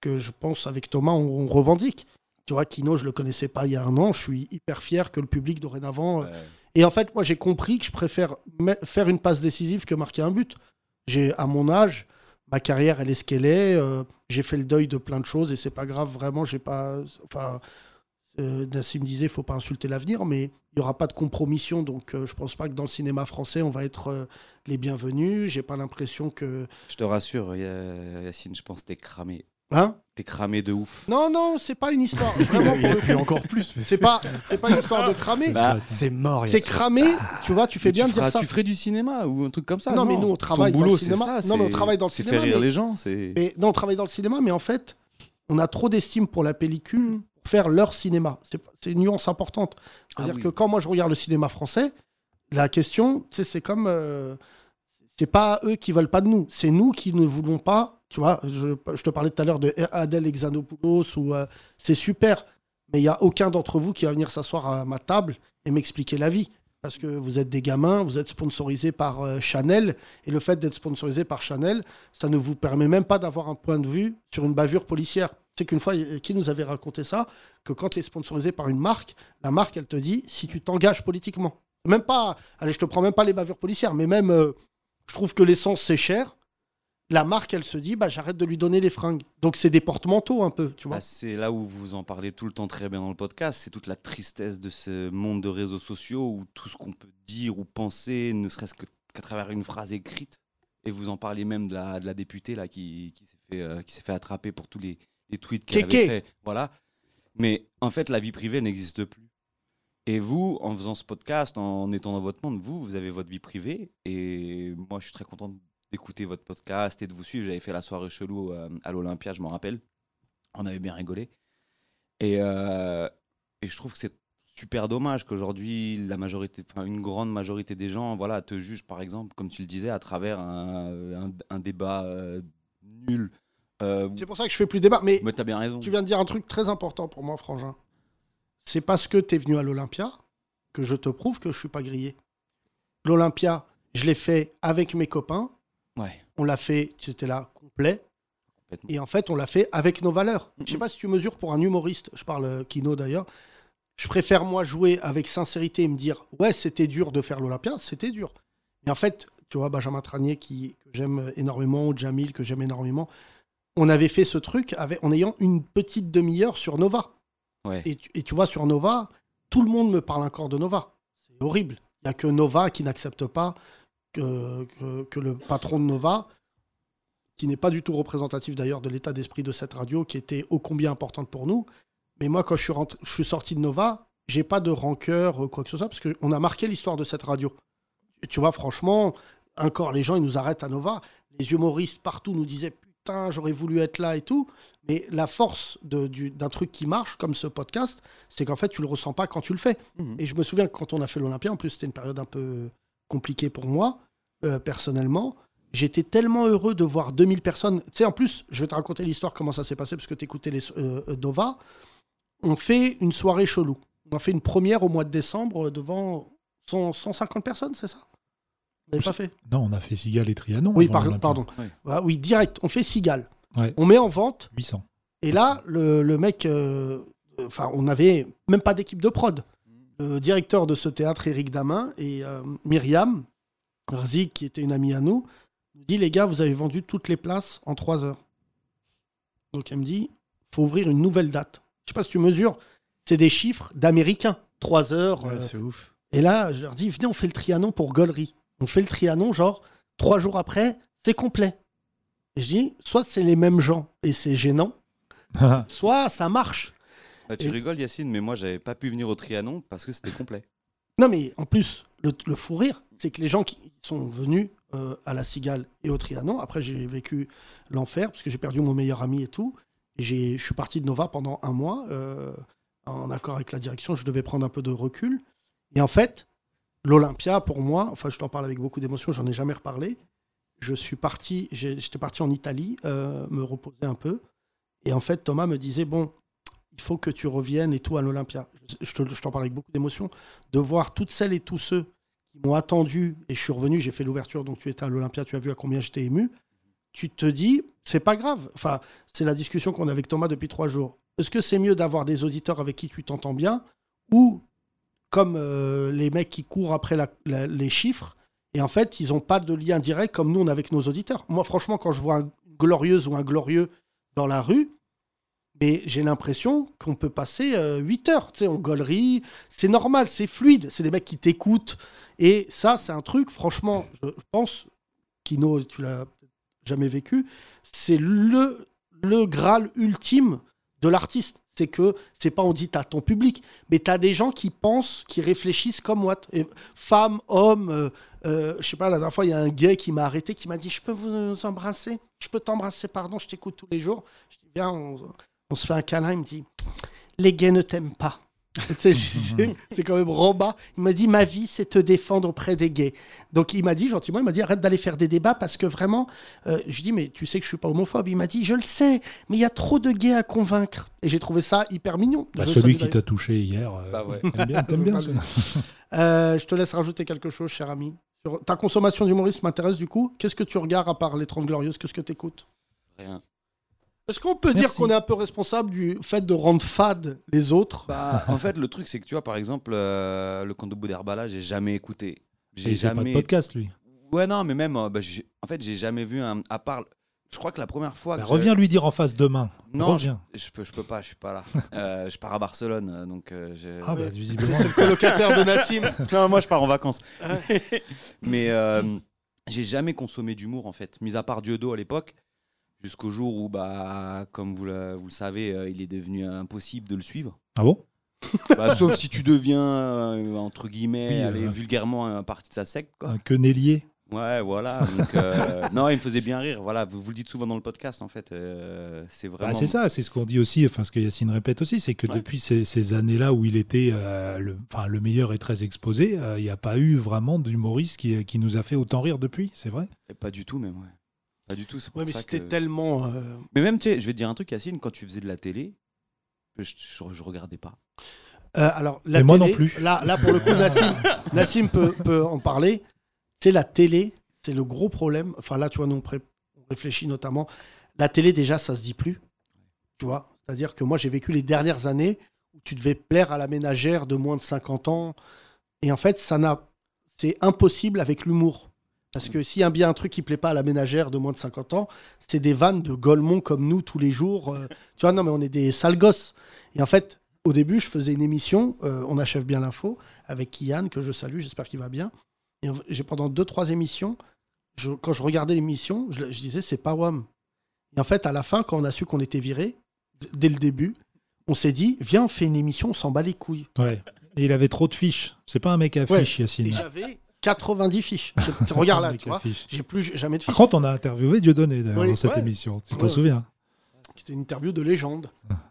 que je pense avec Thomas, on, on revendique. Tu vois, Kino, je le connaissais pas il y a un an. Je suis hyper fier que le public dorénavant. euh, Ouais. Et en fait, moi, j'ai compris que je préfère me- faire une passe décisive que marquer un but. J'ai, à mon âge, ma carrière, elle est ce qu'elle est. euh, j'ai fait le deuil de plein de choses et c'est pas grave. Vraiment, j'ai pas. Enfin, euh, Nassim disait, faut pas insulter l'avenir, mais il y aura pas de compromission. Donc, euh, je pense pas que dans le cinéma français, on va être euh, les bienvenus. J'ai pas l'impression que. Je te rassure, Ya- Yacine, je pense que t'es cramé. Hein T'es cramé de ouf. Non, non, c'est pas une histoire. Vraiment, pour le Et encore plus. mais- C'est pas, c'est pas une histoire de cramer. Bah, C'est mort. C'est Yacine. cramer, tu vois, tu fais mais bien tu de dire feras- ça. Tu ferais du cinéma ou un truc comme ça. Non, mais nous, on Ton travaille dans boulot, le c'est cinéma. ça, Non, mais on c'est- travaille dans le c'est cinéma, faire rire mais- les gens. C'est. Mais non, on travaille dans le cinéma, mais en fait, on a trop d'estime pour la pellicule pour faire leur cinéma. C'est pas- c'est une nuance importante. C'est-à-dire Ah oui. que quand moi je regarde le cinéma français, la question, tu sais, c'est comme. euh, c'est pas eux qui veulent pas de nous, c'est nous qui ne voulons pas. Tu vois, je, je te parlais tout à l'heure de Adèle Exanopoulos, ou euh, c'est super, mais il y a aucun d'entre vous qui va venir s'asseoir à ma table et m'expliquer la vie. parce que vous êtes des gamins, vous êtes sponsorisé par euh, Chanel, et le fait d'être sponsorisé par Chanel, ça ne vous permet même pas d'avoir un point de vue sur une bavure policière. C'est qu'une fois, euh, qui nous avait raconté ça, que quand tu es sponsorisé par une marque, la marque, elle te dit si tu t'engages politiquement. Même pas, allez, je te prends même pas les bavures policières, mais même, euh, je trouve que l'essence, c'est cher. La marque, elle se dit, bah, j'arrête de lui donner les fringues. Donc, c'est des porte-manteaux un peu, tu vois. Bah, c'est là où vous en parlez tout le temps très bien dans le podcast, c'est toute la tristesse de ce monde de réseaux sociaux où tout ce qu'on peut dire ou penser, ne serait-ce que- qu'à travers une phrase écrite, et vous en parlez même de la, de la députée là, qui, qui s'est fait, euh, qui s'est fait attraper pour tous les, les tweets qu'elle Kéké. avait fait. Voilà. Mais en fait, la vie privée n'existe plus. Et vous, en faisant ce podcast, en étant dans votre monde, vous, vous avez votre vie privée. Et moi, je suis très content d'écouter votre podcast et de vous suivre. J'avais fait la soirée chelou euh, à l'Olympia, je m'en rappelle. On avait bien rigolé. Et, euh, et je trouve que c'est super dommage qu'aujourd'hui, la majorité, enfin, une grande majorité des gens voilà, te jugent, par exemple, comme tu le disais, à travers un, un- un débat euh, nul. Euh, C'est pour ça que je fais plus de débat. Mais mais t'as bien raison. Tu viens de dire un truc très important pour moi, Frangin. C'est parce que tu es venu à l'Olympia que je te prouve que je suis pas grillé. L'Olympia, je l'ai fait avec mes copains. Ouais, On l'a fait, tu étais là, complet. complètement. Et en fait, on l'a fait avec nos valeurs. Je sais pas si tu mesures pour un humoriste, je parle euh, Kino d'ailleurs. Je préfère moi jouer avec sincérité et me dire ouais, c'était dur de faire l'Olympia, c'était dur. Mais en fait, tu vois Benjamin Tranier qui que j'aime énormément ou Jamil que j'aime énormément, on avait fait ce truc avec en ayant une petite demi-heure sur Nova. Ouais. Et, tu- et tu vois sur Nova, tout le monde me parle encore de Nova. C'est horrible. Il n'y a que Nova qui n'accepte pas que, que- que le patron de Nova qui n'est pas du tout représentatif d'ailleurs de l'état d'esprit de cette radio, qui était ô combien importante pour nous. Mais moi, quand je suis, rentré- je suis sorti de Nova, j'ai pas de rancœur ou quoi que ce soit, parce qu'on a marqué l'histoire de cette radio. Tu vois, franchement, encore les gens, ils nous arrêtent à Nova. Les humoristes partout nous disaient Putain, j'aurais voulu être là et tout. Mais la force de- du- d'un truc qui marche, comme ce podcast, c'est qu'en fait, tu le ressens pas quand tu le fais. Mhm. Et je me souviens que quand on a fait l'Olympia, en plus, c'était une période un peu compliquée pour moi, euh, personnellement. J'étais tellement heureux de voir 2000 personnes. Tu sais, en plus, je vais te raconter l'histoire, comment ça s'est passé, parce que tu écoutais les, euh, euh, Nova. On fait une soirée chelou. On a fait une première au mois de décembre euh, devant 100 150 personnes, c'est ça Vous n'avez pas fait Non, on a fait Sigal et Trianon. Oui, avant par- l'Olympia. pardon. Ouais. Ah oui, direct. On fait Cigale. Ouais. On met en vente. 800. Et là, le, le mec, euh, enfin, on n'avait même pas d'équipe de prod. Le directeur de ce théâtre, Eric Damin, et euh, Myriam Rzik, qui était une amie à nous, nous dit les gars, vous avez vendu toutes les places en trois heures. Donc elle me dit, faut ouvrir une nouvelle date. Je sais pas si tu mesures, c'est des chiffres d'Américains. Trois heures. Ouais, euh, c'est ouf. et là, je leur dis, venez, on fait le Trianon pour Gollery. On fait le Trianon, genre, trois jours après, c'est complet. Et je dis, soit c'est les mêmes gens et c'est gênant, Bah, soit ça marche. Bah, tu Et- rigoles, Yacine, mais moi, j'avais pas pu venir au Trianon parce que c'était complet. Non, mais en plus, le, le fou rire, c'est que les gens qui sont venus euh, à la Cigale et au Trianon, après j'ai vécu l'enfer, parce que j'ai perdu mon meilleur ami et tout. Et j'ai- je suis parti de Nova pendant un mois, euh, en accord avec la direction, je devais prendre un peu de recul. Et en fait, l'Olympia, pour moi, enfin, je t'en parle avec beaucoup d'émotion, j'en ai jamais reparlé. Je suis parti, j'ai- j'étais parti en Italie, euh, me reposer un peu. Et en fait, Thomas me disait, bon, il faut que tu reviennes et tout à l'Olympia. Je- Je te- je t'en parle avec beaucoup d'émotion de voir toutes celles et tous ceux qui m'ont attendu et je suis revenu, j'ai fait l'ouverture, donc tu étais à l'Olympia, tu as vu à combien j'étais ému. Tu te dis, c'est pas grave. Enfin, c'est la discussion qu'on a avec Thomas depuis trois jours. Est-ce que c'est mieux d'avoir des auditeurs avec qui tu t'entends bien ou comme euh, les mecs qui courent après la- la- les chiffres et en fait, ils n'ont pas de lien direct comme nous on a avec nos auditeurs. Moi, franchement, quand je vois un glorieuse ou un glorieux dans la rue, mais j'ai l'impression qu'on peut passer 8 heures. Tu sais, on gaulerie, c'est normal, c'est fluide, c'est des mecs qui t'écoutent. Et ça, c'est un truc, franchement, je, je pense, Kino, tu l'as peut-être jamais vécu, c'est le, le graal ultime de l'artiste. C'est que, c'est pas on dit t'as ton public, mais t'as des gens qui pensent, qui réfléchissent comme moi. Et Femmes, hommes, euh, euh, je sais pas, la dernière fois, il y a un gay qui m'a arrêté, qui m'a dit Je peux vous embrasser Je peux t'embrasser, pardon, je t'écoute tous les jours. Je dis Viens, on, on se fait un câlin. Il me dit Les gays ne t'aiment pas. Tu sais, je- c'est- c'est quand même Roba. Il m'a dit ma vie, c'est te défendre auprès des gays. Donc il m'a dit gentiment, il m'a dit arrête d'aller faire des débats parce que vraiment, euh, je dis mais tu sais que je suis pas homophobe. Il m'a dit je le sais, mais il y a trop de gays à convaincre. Et j'ai trouvé ça hyper mignon. Bah, Je celui salue qui t'a touché hier. euh, Bah ouais. T'aimes bien, t'aimes C'est bien pas celui-là. Euh, je te laisse rajouter quelque chose, cher ami. Sur ta consommation d'humorisme m'intéresse du coup. Qu'est-ce que tu regardes à part les 30 Glorieuses Qu'est-ce que tu écoutes Rien. Est-ce qu'on peut dire Merci. qu'on est un peu responsable du fait de rendre fade les autres Bah, en fait, le truc, c'est que tu vois, par exemple, euh, le Kondo Boudherbala, j'ai jamais écouté. J'ai Il fait pas de jamais. podcast, lui. Ouais, non, mais même, euh, bah, j'ai- en fait, j'ai jamais vu un. À part. Je crois que la première fois. Bah, que reviens lui dire en face demain. Non, reviens. Je peux, je peux pas, je suis pas là. Euh, je pars à Barcelone, euh, donc. euh, je- Ah, bah, visiblement. C'est le colocataire de Nassim. Ah non, moi je pars en vacances. Mais euh, j'ai jamais consommé d'humour en fait, mis à part Dieudo à l'époque, jusqu'au jour où, bah, comme vous le, vous le savez, euh, il est devenu impossible de le suivre. Ah bon Bah, sauf si tu deviens, euh, entre guillemets, Oui, euh, allez, vulgairement, un parti de sa secte. Quoi. Un quenellier. Ouais, voilà. donc, euh, non, il me faisait bien rire. Voilà, vous, vous le dites souvent dans le podcast en fait. euh, c'est Bah, vraiment. c'est ça, c'est ce qu'on dit aussi, enfin ce que Yacine répète aussi, c'est que Ouais. depuis ces, ces années-là où il était euh, le, enfin, le meilleur et très exposé, euh, il n'y a pas eu vraiment d'humoriste qui, qui nous a fait autant rire depuis, c'est vrai. Eh, Pas du tout, même. Ouais. Pas du tout. c'est pour Ouais, mais ça c'était que- tellement. euh, Mais même, tu sais, je vais te dire un truc, Yacine, quand tu faisais de la télé, je, je, je regardais pas. euh, alors, la Mais moi télé- non plus. Là, là, pour le coup, Nassim, Nassim peut, peut en parler. C'est la télé, c'est le gros problème. Enfin, là, tu vois, nous, on, pré- on réfléchit notamment. La télé, déjà, ça se dit plus. Tu vois C'est-à-dire que moi, j'ai vécu les dernières années où tu devais plaire à la ménagère de moins de 50 ans. Et en fait, ça n'a. C'est impossible avec l'humour. Parce que s'il y a bien un truc qui plaît pas à la ménagère de moins de 50 ans, c'est des vannes de Golemont comme nous tous les jours. Euh, tu vois, non, mais on est des sales gosses. Et en fait, au début, je faisais une émission, euh, on achève bien l'info, avec Kian, que je salue, j'espère qu'il va bien. Et en- j'ai pendant deux, trois émissions, je- quand je regardais l'émission, je, je disais, c'est pas WAM. Et en fait, à la fin, quand on a su qu'on était viré, d- dès le début, on s'est dit, viens, on fait une émission, on s'en bat les couilles. Ouais. Et il avait trop de fiches. C'est pas un mec à Ouais. fiches, Et Yacine. j'avais 90 fiches. Je- regarde Un là, mec tu à vois. fiches. J'ai plus jamais de fiches. Par contre, on a interviewé Dieudonné d'ailleurs, Oui. dans cette Ouais. émission, tu t'en Ouais. souviens C'était une interview de légende.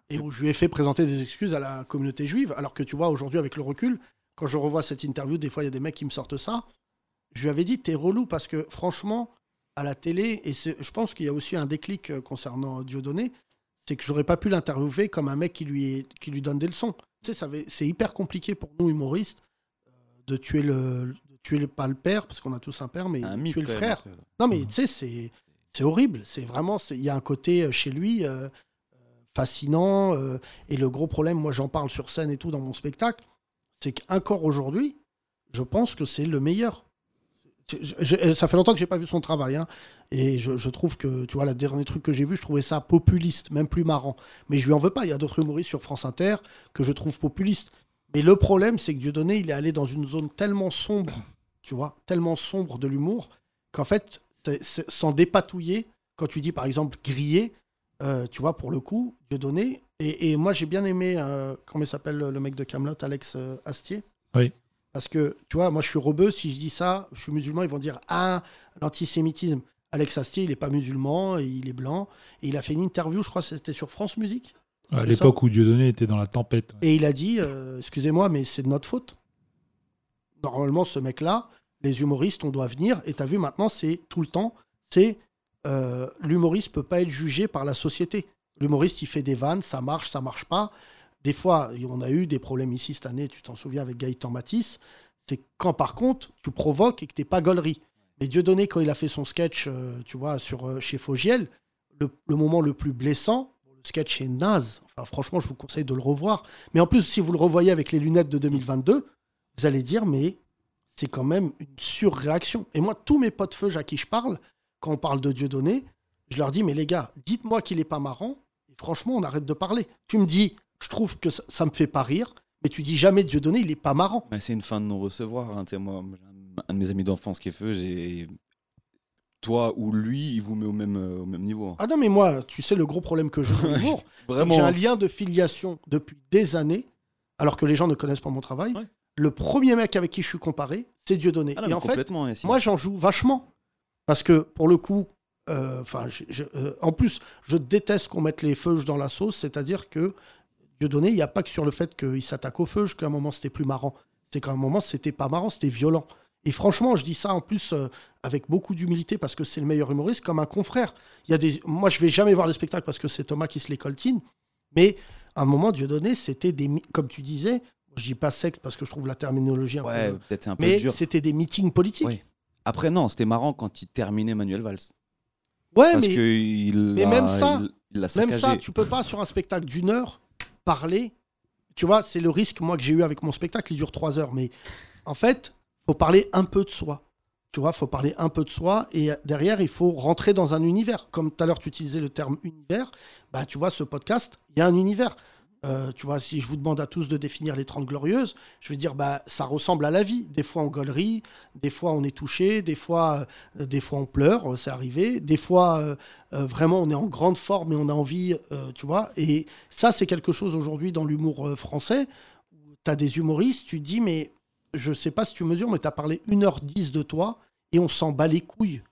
Et où je lui ai fait présenter des excuses à la communauté juive. Alors que tu vois, aujourd'hui, avec le recul, quand je revois cette interview, des fois, il y a des mecs qui me sortent ça. Je lui avais dit, t'es relou parce que franchement, à la télé, et c'est- je pense qu'il y a aussi un déclic euh, concernant Dieudonné, c'est que j'aurais pas pu l'interviewer comme un mec qui lui, est- qui lui donne des leçons. Tu sais, ça avait- c'est hyper compliqué pour nous, humoristes, euh, de tuer le. de tuer le- pas le père, parce qu'on a tous un père, mais Un mythe, tuer le quand même, frère. après. Non, mais tu sais, c'est, c'est horrible. C'est vraiment, c'est- il y a un côté euh, chez lui euh, euh, fascinant. euh, et le gros problème, moi j'en parle sur scène et tout dans mon spectacle, c'est qu'encore aujourd'hui, je pense que c'est le meilleur. C'est- je- je- ça fait longtemps que j'ai pas vu son travail. hein. et je, je trouve que, tu vois, le dernier truc que j'ai vu, je trouvais ça populiste, même plus marrant. Mais je lui en veux pas. Il y a d'autres humoristes sur France Inter que je trouve populiste. Mais le problème, c'est que Dieudonné, il est allé dans une zone tellement sombre, tu vois, tellement sombre de l'humour, qu'en fait, c'est- c'est- s'en dépatouiller, quand tu dis par exemple griller, euh, tu vois, pour le coup, Dieudonné. Et, et moi, j'ai bien aimé, euh, comment il s'appelle le mec de Camelot, Alex euh, Astier. Oui. Parce que, tu vois, moi, je suis rebeu, si je dis ça, je suis musulman, ils vont dire Ah, l'antisémitisme. Alex Astier, il n'est pas musulman, il est blanc. Et il a fait une interview, je crois que c'était sur France Musique. À C'est l'époque où Dieudonné était dans la tempête. Et il a dit, euh, excusez-moi, mais c'est de notre faute. Normalement, ce mec-là, les humoristes, on doit venir. Et t'as vu, maintenant, c'est tout le temps, c'est euh, l'humoriste peut pas être jugé par la société. L'humoriste, il fait des vannes, ça marche, ça marche pas. Des fois, et on a eu des problèmes ici cette année, tu t'en souviens, avec Gaëtan Matisse. C'est quand, par contre, tu provoques et que t'es pas gaulerie. Mais Dieudonné, quand il a fait son sketch, euh, tu vois, sur, euh, chez Fogiel, le, le moment le plus blessant, le sketch est naze. Enfin, franchement, je vous conseille de le revoir. Mais en plus, si vous le revoyez avec les lunettes de 2022, vous allez dire, mais c'est quand même une surréaction. Et moi, tous mes potes feuges à qui je parle, quand on parle de Dieudonné, je leur dis, mais les gars, dites-moi qu'il est pas marrant. Et franchement, on arrête de parler. Tu me dis, je trouve que ça, ça me fait pas rire, mais tu dis jamais Dieudonné, il est pas marrant. Mais c'est une fin de non-recevoir. hein, tu sais, moi, j'ai un- un de mes amis d'enfance qui est feu, j'ai. Toi ou lui, il vous met au même, euh, au même niveau. hein. Ah non, mais moi, tu sais le gros problème que j'ai dans l'humour, Vraiment. J'ai un hein. lien de filiation depuis des années, alors que les gens ne connaissent pas mon travail. Ouais. Le premier mec avec qui je suis comparé, c'est Dieudonné. Ah non, Et mais en fait, complètement, Yacine. moi, j'en joue vachement. Parce que, pour le coup, euh, 'fin, j'ai- j'ai- euh, en plus, je déteste qu'on mette les feuges dans la sauce, c'est-à-dire que Dieudonné, il n'y a pas que sur le fait qu'il s'attaque au feu, jusqu'à un moment c'était plus marrant. C'est qu'à un moment c'était pas marrant, c'était violent. Et franchement, je dis ça en plus euh, avec beaucoup d'humilité parce que c'est le meilleur humoriste, comme un confrère. Il y a des... Moi, je vais jamais voir les spectacles parce que c'est Thomas qui se les coltine. Mais à un moment, Dieudonné, c'était des. mi- Comme tu disais, je dis pas secte parce que je trouve la terminologie un Ouais, peu. peut-être c'est un peu Mais dur. c'était des meetings politiques. Ouais. Après, non, c'était marrant quand il terminait Manuel Valls. Ouais, parce mais. que il mais l'a- même ça- il- il l'a Même saccagé. ça, tu peux pas sur un spectacle d'une heure parler. Tu vois, c'est le risque moi que j'ai eu avec mon spectacle. Il dure trois heures, mais en fait, faut parler un peu de soi. Tu vois, faut parler un peu de soi et derrière, il faut rentrer dans un univers. Comme tout à l'heure, tu utilisais le terme univers. Bah, tu vois, ce podcast, il y a un univers. Euh, tu vois, si je vous demande à tous de définir les 30 glorieuses, je vais dire, bah, ça ressemble à la vie. Des fois, on gaulerie, des fois, on est touché, des fois, euh, des fois, on pleure, euh, c'est arrivé. Des fois, euh, euh, vraiment, on est en grande forme et on a envie, euh, tu vois. Et ça, c'est quelque chose aujourd'hui dans l'humour euh, français. Tu as des humoristes, tu te dis, mais je sais pas si tu mesures, mais tu as parlé 1h10 de toi et on s'en bat les couilles.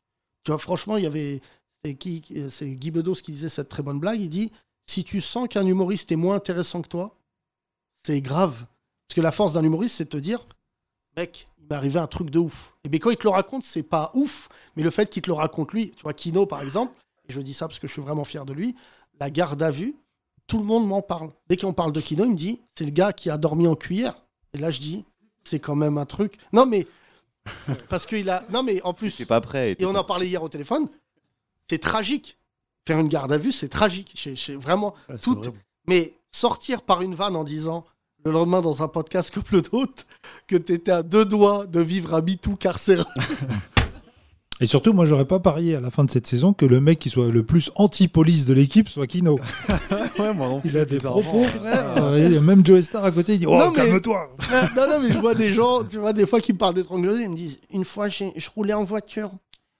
Tu vois, franchement, il y avait. C'est qui- euh, c'est Guy Bedos qui disait cette très bonne blague. Il dit Si tu sens qu'un humoriste est moins intéressant que toi, c'est grave. Parce que la force d'un humoriste, c'est de te dire Mec, il m'est arrivé un truc de ouf. Et bien, quand il te le raconte, c'est pas ouf, mais le fait qu'il te le raconte lui, tu vois, Kino par exemple, et je dis ça parce que je suis vraiment fier de lui, la garde à vue, tout le monde m'en parle. Dès qu'on parle de Kino, il me dit C'est le gars qui a dormi en cuillère. Et là, je dis C'est quand même un truc. Non, mais. Parce qu'il a. Non, mais en Je plus. suis pas prêt. Et on en parlait hier au téléphone. C'est tragique. Faire une garde à vue, c'est tragique. J'ai- j'ai vraiment Ouais, c'est tout. horrible. Mais sortir par une vanne en disant le lendemain dans un podcast comme le nôtre que t'étais à deux doigts de vivre à MeToo carcéral. Et surtout, moi, j'aurais pas parié à la fin de cette saison que le mec qui soit le plus anti-police de l'équipe soit Kino. Ouais, moi non plus, Il a des bizarrement. propos, frère. Euh, et même Joe Star à côté, il dit Oh, Non, mais- calme-toi non, non, mais je vois des gens, tu vois, des fois qui me parlent d'être anglais, ils me disent une fois j'ai- je roulais en voiture.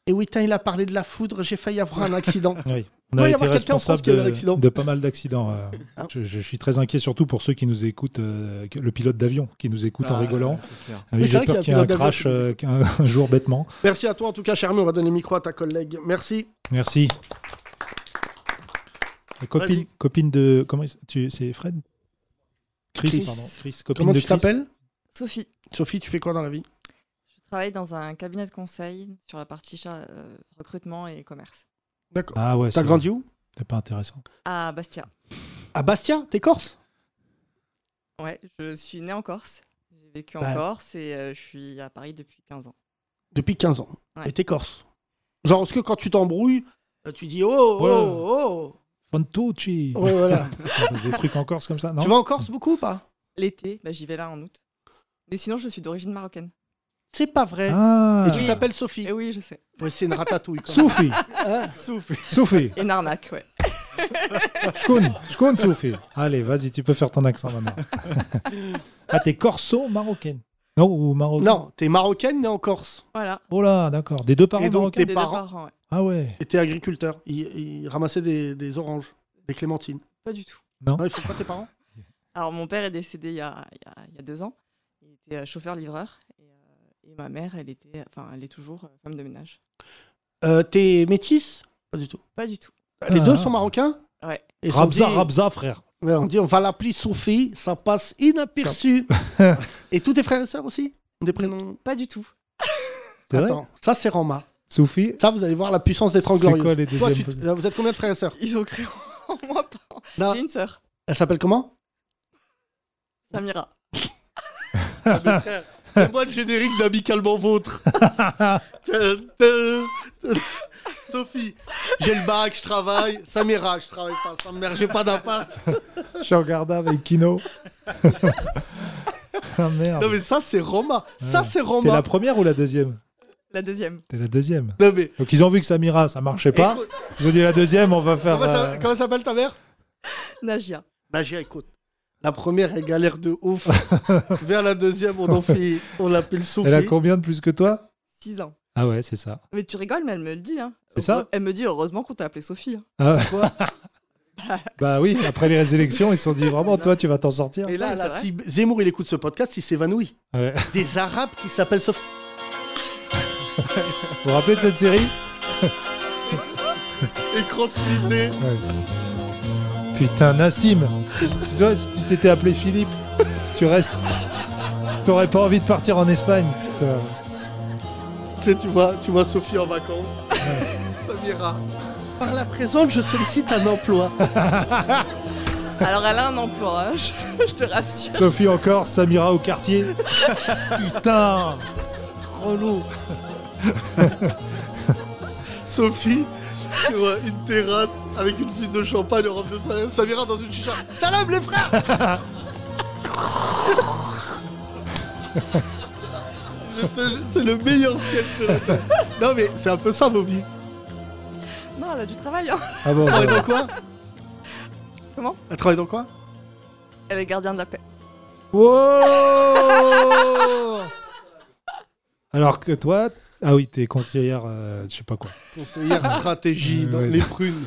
Et Wittin, il a parlé de la foudre, j'ai failli avoir un accident. Oui. On Doit a y été avoir quelqu'un en France responsable qui a eu un de, accident. Ah. de pas mal d'accidents. euh. Je, je suis très inquiet, surtout pour ceux qui nous écoutent, euh, que- le pilote d'avion qui nous écoute en Ah, rigolant. c'est clair. Euh, Mais c'est J'ai vrai peur qu'il qu'il y a y ait un un pilote crash d'avion euh, qu'un un jour bêtement. Merci à toi, en tout cas, Charmy, on va donner le micro à ta collègue. Merci. Merci. La Copine, Vas-y. copine de. Comment il s- tu- C'est Fred Chris, Chris. pardon. Chris, copine Comment de tu Chris. t'appelles Sophie, Sophie, tu fais quoi dans la vie je travaille dans un cabinet de conseil sur la partie cha- euh, recrutement et commerce. D'accord. Ah ouais, T'as c'est grandi où c'est pas intéressant. À Bastia. À Bastia, t'es corse Ouais, je suis née en Corse. J'ai vécu en Bah. Corse et euh, je suis à Paris depuis 15 ans. Depuis 15 ans. Ouais. Et t'es corse. Genre, est-ce que quand tu t'embrouilles, euh, tu dis oh, oh, Ouais. oh, Fantocci oh. Ouais, voilà. Des trucs en Corse comme ça, non tu vas en Corse beaucoup ou pas L'été, bah, j'y vais là en août. Mais sinon, je suis d'origine marocaine. C'est pas vrai. Ah eh, Et tu t'appelles Sophie. Et oui, je sais. Ouais, c'est une ratatouille. quand même. Sophie Hein Sophie Et arnaque, ouais. Shkoun Shkoun Sophie Allez, vas-y, tu peux faire ton accent maintenant. ah, t'es corso-marocaine Non, ou marocain non, t'es marocaine née en Corse. Voilà. Oh là, d'accord. Des deux parents Et donc, marocains Tes Des deux parents ouais. Ah ouais. Et t'es agriculteur. Ils, ils ramassaient des, des oranges, des clémentines. Pas du tout. Oh. Non, ils font pas tes parents Alors, mon père est décédé il y a, il y a- il y a deux ans. Il était euh, chauffeur-livreur. Et, euh, et ma mère, elle était, enfin, elle est toujours euh, femme de ménage. euh, T'es métisse Pas du tout. Pas du tout. Les Ah, deux ah. sont marocains Ouais. Et sont Rabza, dit- Rabza, frère. Ouais, On dit on va l'appeler Sophie, ça passe inaperçu. et tous tes frères et sœurs aussi Des prénoms Pas du tout. C'est vrai Attends, ça c'est Rama. Sophie Ça, vous allez voir la puissance des 30 C'est glorieuses. quoi les Toi, tu- deuxièmes- euh, Vous êtes combien de frères et sœurs Ils ont cru en moi. pardon. Là, J'ai une sœur, Elle s'appelle comment Samira. Fais-moi le générique d'Amicalement Vôtre. Sophie, j'ai le bac, je travaille. Samira, je travaille pas. Samira, j'ai pas d'appart. Je suis en garde avec Kino. ah merde. Non, mais ça, c'est Roma. Ça, c'est T'es Roma. la première ou la deuxième La deuxième. T'es la deuxième. Non, mais. Donc ils ont vu que Samira, ça marchait pas. Écoute, Ils ont dit la deuxième, on va faire. Comment ça- euh, comment s'appelle ta mère Nagia. Nagia, écoute. La première, elle galère de ouf. Vers la deuxième, on en fait, on l'appelle Sophie. Elle a combien de plus que toi 6 ans. Ah ouais, c'est ça. Mais tu rigoles, mais elle me le dit. Hein. C'est ça Elle me dit heureusement qu'on t'a appelé Sophie. hein. Ah. bah oui, après les élections, ils se sont dit vraiment, toi, tu vas t'en sortir. Et là, Ouais, là, c'est si Zemmour il écoute ce podcast, il s'évanouit. Ouais. Des Arabes qui s'appellent Sophie. Vous vous rappelez de cette série Écran splitté. Ouais. Putain, Nassim Tu vois, si tu t'étais appelé Philippe, tu restes. T'aurais pas envie de partir en Espagne, putain. Tu sais, tu vois, tu vois Sophie en vacances. Ça m'ira. Par la présente, je sollicite un emploi. Alors elle a un emploi, hein, je, je te rassure. Sophie en Corse, Samira au quartier. putain Relou. Sophie sur euh, une terrasse avec une fille de champagne en robe de soirée. Samira dans une chicha. Salam les frères Je te jure, C'est le meilleur sketch de la terre. Non mais c'est un peu ça vos vies. Non, elle a du travail. hein. Ah Elle bon, bah, travaille dans quoi Comment Elle travaille dans quoi Elle est gardienne de la paix. Wow Alors que toi, ah oui, t'es conseillère, euh, je sais pas quoi. Conseillère stratégie dans Ouais. les prunes.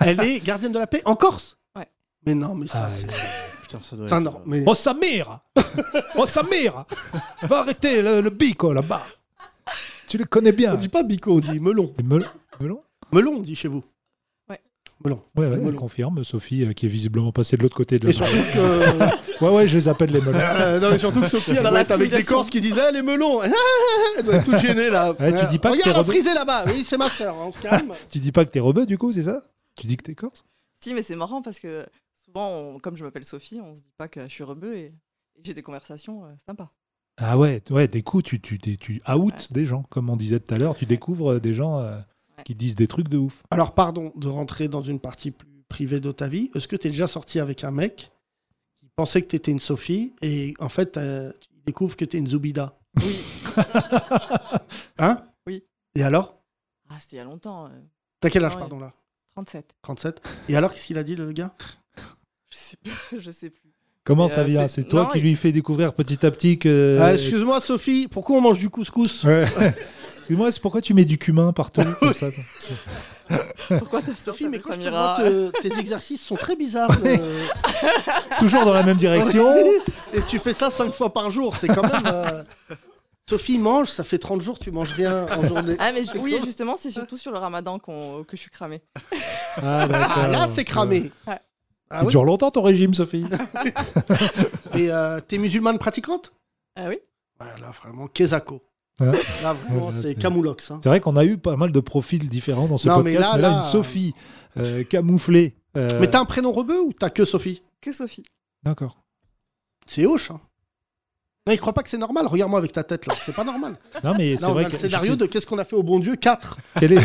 Elle est gardienne de la paix en Corse Ouais. Mais non mais ça Ah, c'est... Putain, ça doit Ça, être, non, euh, mais... Oh Samir Oh Samir Va arrêter le, le bico là-bas Tu le connais On bien. dit pas bico, on dit melon. Les melons melons Melon on dit chez vous. Ouais, ouais, Melons. elle confirme, Sophie, euh, qui est visiblement passée de l'autre côté de Et la surtout que... Ouais, ouais, je les appelle les melons. Euh, non, mais surtout que Sophie, elle Dans doit être avec des l'assimilation. Corses qui disaient Ah, les melons Elle doit être toute gênée là. Eh, tu dis pas que Regarde, t'es la revenu- frisée là-bas. Oui, c'est ma soeur, on se calme. tu dis pas que t'es rebeu, du coup, c'est ça Tu dis que t'es corse Si, mais c'est marrant parce que souvent, on- comme je m'appelle Sophie, on se dit pas que je suis rebeu et, et j'ai des conversations euh, sympas. Ah ouais, t- ouais, des coups, tu, tu, tu, tu out des gens, comme on disait tout à l'heure, tu découvres euh, des gens euh, Ouais. qui disent des trucs de ouf. Alors, pardon de rentrer dans une partie plus privée de ta vie. Est-ce que t'es déjà sorti avec un mec qui pensait que t'étais une Sophie et en fait, euh, tu découvres que t'es une Zoubida Oui. Hein Oui. Et alors Ah, c'était il y a longtemps, euh, T'as quel âge, Ouais. pardon, là 37. 37. Et alors, qu'est-ce qu'il a dit, le gars Je sais plus. Je sais plus. Comment Et, ça euh, vient c'est- C'est toi non, qui il- lui fais découvrir petit à petit que. Ah, Excuse-moi, Sophie, pourquoi on mange du couscous Ouais. Excuse-moi, c'est pourquoi tu mets du cumin partout comme ça toi Pourquoi t'as sorti Sophie, mais quand je te Samira vois, te- euh, tes exercices sont très bizarres. euh, Toujours dans la même direction. Et tu fais ça 5 fois par jour, c'est quand même. euh, Sophie mange, ça fait 30 jours, tu manges rien en journée. Ah, mais je- C'est oui, quoi justement, c'est surtout sur le ramadan qu'on- que je suis cramée. Ah, d'accord. Ah, là, c'est cramé. Ouais. Ah Il oui dure longtemps ton régime, Sophie. Et euh, t'es musulmane pratiquante Ah oui Ouais, Là, vraiment, Kezako. Ouais. Là, vraiment, Ouais, là, c'est c'est- Camoulox. hein. C'est vrai qu'on a eu pas mal de profils différents dans ce Non, mais podcast, mais là, là, là- une Sophie euh, camouflée. euh, Mais t'as un prénom rebeu ou t'as que Sophie Que Sophie. D'accord. C'est hoche. Hein. Non, il croit pas que c'est normal. Regarde-moi avec ta tête là, c'est pas normal. Non, mais c'est Là, on vrai a que. le scénario je- de Qu'est-ce qu'on a fait au bon Dieu 4, Quel est,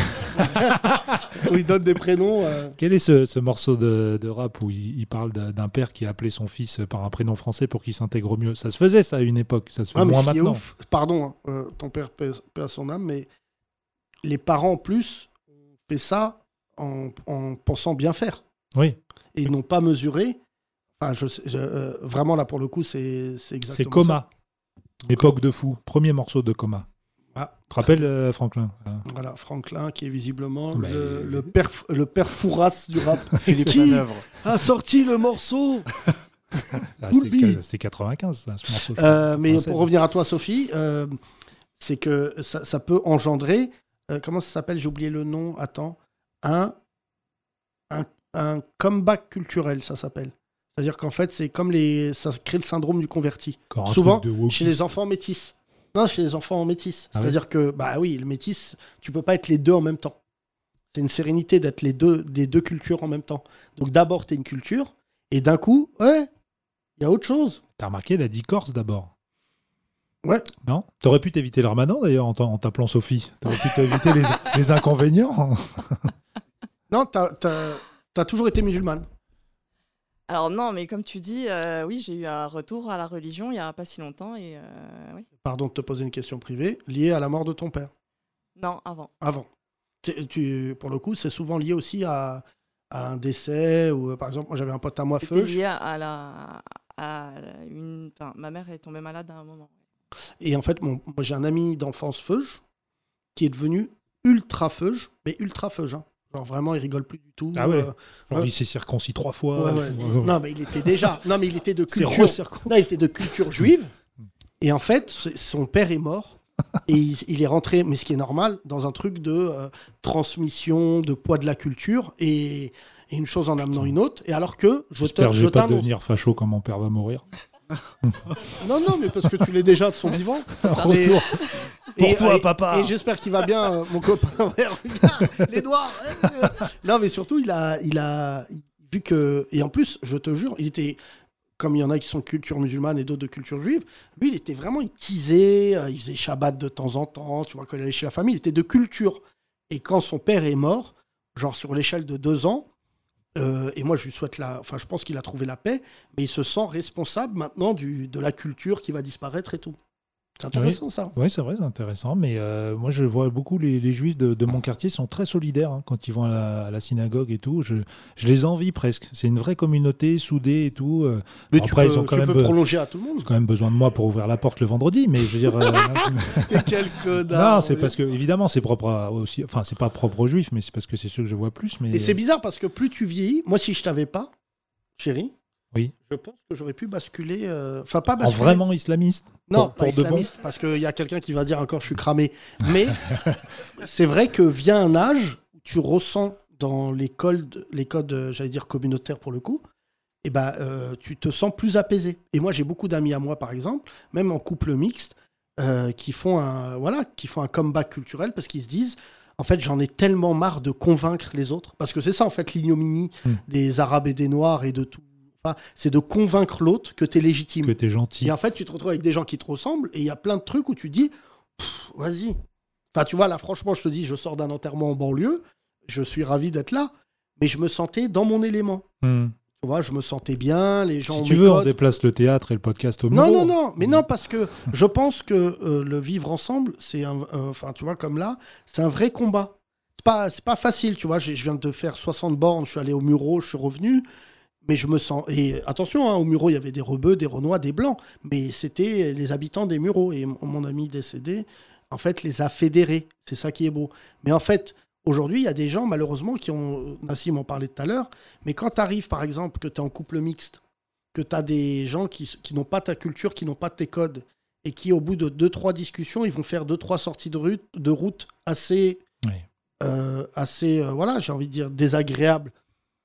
où il donne des prénoms. euh, quel est ce, ce morceau de, de rap où il, il parle d'un d'un père qui a appelé son fils par un prénom français pour qu'il s'intègre au mieux Ça se faisait, ça, à une époque. Ça se fait Ah, mais moins ce qui est maintenant. ouf, pardon, hein, euh, ton père paie à son âme, mais les parents en plus ont fait ça en, en pensant bien faire. Oui. Et ils n'ont pas mesuré. Enfin, je, sais- je- euh, vraiment, là, pour le coup, c'est c'est exactement. C'est ça. Coma. Époque de fou. Premier morceau de Coma. Ah, Tu te rappelles, euh, Franklin Voilà. Voilà, Franklin, qui est visiblement Mais- le, le père, le père Fouras du rap, Philippe Qui Manœuvre. a sorti le morceau. Ça, Cool Ah, c'était- Bee. C'était 95, ça, ce morceau. je crois. Euh, mais 96. pour revenir à toi, Sophie, euh, c'est que ça, ça peut engendrer. euh, comment ça s'appelle J'ai oublié le nom. Attends. Un, un, un comeback culturel, ça s'appelle. C'est-à-dire qu'en fait, c'est comme les. Ça crée le syndrome du converti. Encore un souvent, truc de woke. Chez les enfants métis. Non, chez les enfants métis. Ah ouais C'est-à-dire que, bah oui, le métis, tu peux pas être les deux en même temps. C'est une sérénité d'être les deux, des deux cultures en même temps. Donc d'abord, t'es une culture, et d'un coup, ouais, il y a autre chose. T'as remarqué, elle a dit Corse d'abord. Ouais. Non T'aurais pu t'éviter le ramadan d'ailleurs en, t'en- en t'appelant Sophie. T'aurais pu t'éviter les, les inconvénients. Non, t'as- t'as t'as toujours été musulmane. Alors non, mais comme tu dis, euh, oui, j'ai eu un retour à la religion il y a pas si longtemps et euh, oui. Pardon de te poser une question privée, liée à la mort de ton père, Non, avant. avant. Tu- tu- pour le coup, c'est souvent lié aussi à, à un décès, ou euh, par exemple, moi j'avais un pote à moi, C'était feu, lié à la, à la- une. Enfin, ma mère est tombée malade à un moment. et en fait, mon- moi j'ai un ami d'enfance, Feuge, qui est devenu ultra Feuge, mais ultra Feuge. hein. Genre vraiment, il rigole plus du tout. Ah ouais. euh, Alors, il s'est circoncis trois ouais, fois. ouais. Ouais. Non, mais il était déjà. Non, mais il était de C'est culture. recirconcis. Non, il était de culture juive. Et en fait, c- son père est mort. Et il, il est rentré, mais ce qui est normal, dans un truc de euh, transmission, de poids de la culture. Et, et et une chose en amenant une autre. Et alors que je te- J'espère que je je vais pas t'annonce. devenir facho quand mon père va mourir. Non, non, mais parce que tu l'es déjà de son vivant. Et- Retour pour et- toi, et- papa. Et j'espère qu'il va bien, euh, mon copain. Ouais, regarde, l'Edouard. ouais, euh. non, mais surtout, il a, il a vu que. Et en plus, je te jure, il était. Comme il y en a qui sont de culture musulmane et d'autres de culture juive, lui, il était vraiment. Il teasait, euh, il faisait Shabbat de temps en temps, tu vois, quand il allait chez la famille, il était de culture. Et quand son père est mort, genre sur l'échelle de deux ans, euh, et moi, je lui souhaite la. Enfin, je pense qu'il a trouvé la paix, mais il se sent responsable maintenant du, de la culture qui va disparaître et tout. C'est intéressant, ça. Oui, c'est vrai, c'est intéressant. Mais euh, moi, je vois beaucoup les, les juifs de, de mon quartier sont très solidaires hein, quand ils vont à la, à la synagogue et tout. Je, je les envie presque. C'est une vraie communauté soudée et tout. euh. Mais Bon, tu après, peux, ils ont quand tu même peux be- prolonger à tout le ils ont quand même besoin de moi pour ouvrir la porte le vendredi. Mais je veux dire. euh, monde. Quel connard non, c'est parce que évidemment, c'est propre à- aussi. Enfin, c'est pas propre aux juifs, mais c'est parce que c'est ceux que je vois plus. Mais Et c'est bizarre parce que plus tu vieillis, moi si je t'avais pas, chérie, Oui. je pense que j'aurais pu basculer. euh, Enfin, pas en basculer. vraiment islamiste. Non, pour, pas pour de bon. islamiste, parce qu'il y a quelqu'un qui va dire encore je suis cramé. Mais c'est vrai que vient un âge où tu ressens dans les codes, les codes euh, j'allais dire communautaires pour le coup, et ben euh, tu te sens plus apaisé. Et moi, j'ai beaucoup d'amis à moi, par exemple, même en couple mixte, euh, qui, font un, voilà, qui font un comeback culturel parce qu'ils se disent. En fait, j'en ai tellement marre de convaincre les autres. Parce que c'est ça, en fait, l'ignominie Mm. des Arabes et des Noirs et de tout. Enfin, c'est de convaincre l'autre que tu es légitime. Que t'es gentil. Et en fait, tu te retrouves avec des gens qui te ressemblent et il y a plein de trucs où tu dis, Pff, vas-y. Enfin, tu vois, là, franchement, je te dis, je sors d'un enterrement en banlieue, je suis ravi d'être là, mais je me sentais dans mon élément. Hmm. Tu vois, je me sentais bien, les gens. Si ont tu mes veux, on codes. déplace le théâtre et le podcast au Non, non, Moro. non, mais non, parce que je pense que euh, le vivre ensemble, c'est un. euh, Enfin, tu vois, comme là, c'est un vrai combat. C'est pas, c'est pas facile, tu vois. j'ai- Je viens de faire 60 bornes, je suis allé au Muro, je suis revenu, mais je me sens. Et attention, hein, au Muro, il y avait des Rebeux, des Renois, des Blancs, mais c'était les habitants des Mureaux. Et mon- mon ami décédé, en fait, les a fédérés. C'est ça qui est beau. Mais en fait. Aujourd'hui, il y a des gens, malheureusement, qui ont. euh, Nassim en parlait tout à l'heure, mais quand tu arrives, par exemple, que tu es en couple mixte, que tu as des gens qui, s- qui n'ont pas ta culture, qui n'ont pas tes codes, et qui, au bout de deux, trois discussions, ils vont faire deux, trois sorties de route, de route assez, Oui. euh, assez euh, voilà, j'ai envie de dire, désagréables.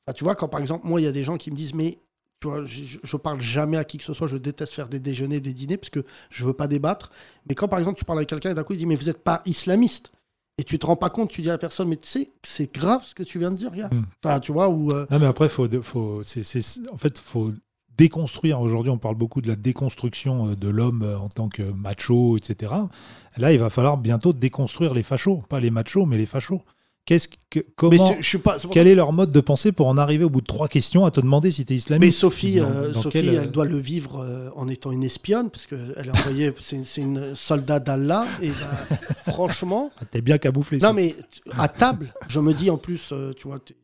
Enfin, tu vois, quand par exemple, moi, il y a des gens qui me disent, mais tu vois, je, je- je parle jamais à qui que ce soit, je déteste faire des déjeuners, des dîners, parce que je veux pas débattre. Mais quand par exemple, tu parles avec quelqu'un et d'un coup, il dit, mais vous n'êtes pas islamiste. Et tu te rends pas compte, tu dis à la personne, mais tu sais, c'est grave ce que tu viens de dire, gars. Mm. Enfin, tu vois, ou. euh, Non, mais après, faut, faut, c'est, c'est- en fait, faut déconstruire. Aujourd'hui, on parle beaucoup de la déconstruction euh, de l'homme euh, en tant que macho, etc. Là, il va falloir bientôt déconstruire les fachos. Pas les machos, mais les fachos. Qu'est-ce que, mais comment, c'est- je suis pas. c'est pour quel est leur mode de pensée pour en arriver au bout de trois questions à te demander si t'es islamiste Mais Sophie, Dans- euh, dans Sophie quel, euh, elle doit le vivre euh, en étant une espionne, parce qu'elle est envoyée, c'est une- c'est une soldat d'Allah, et bah, franchement, euh, T'es bien camouflé. non Sophie. mais t- à table, je me dis en plus, euh, tu vois, t'es-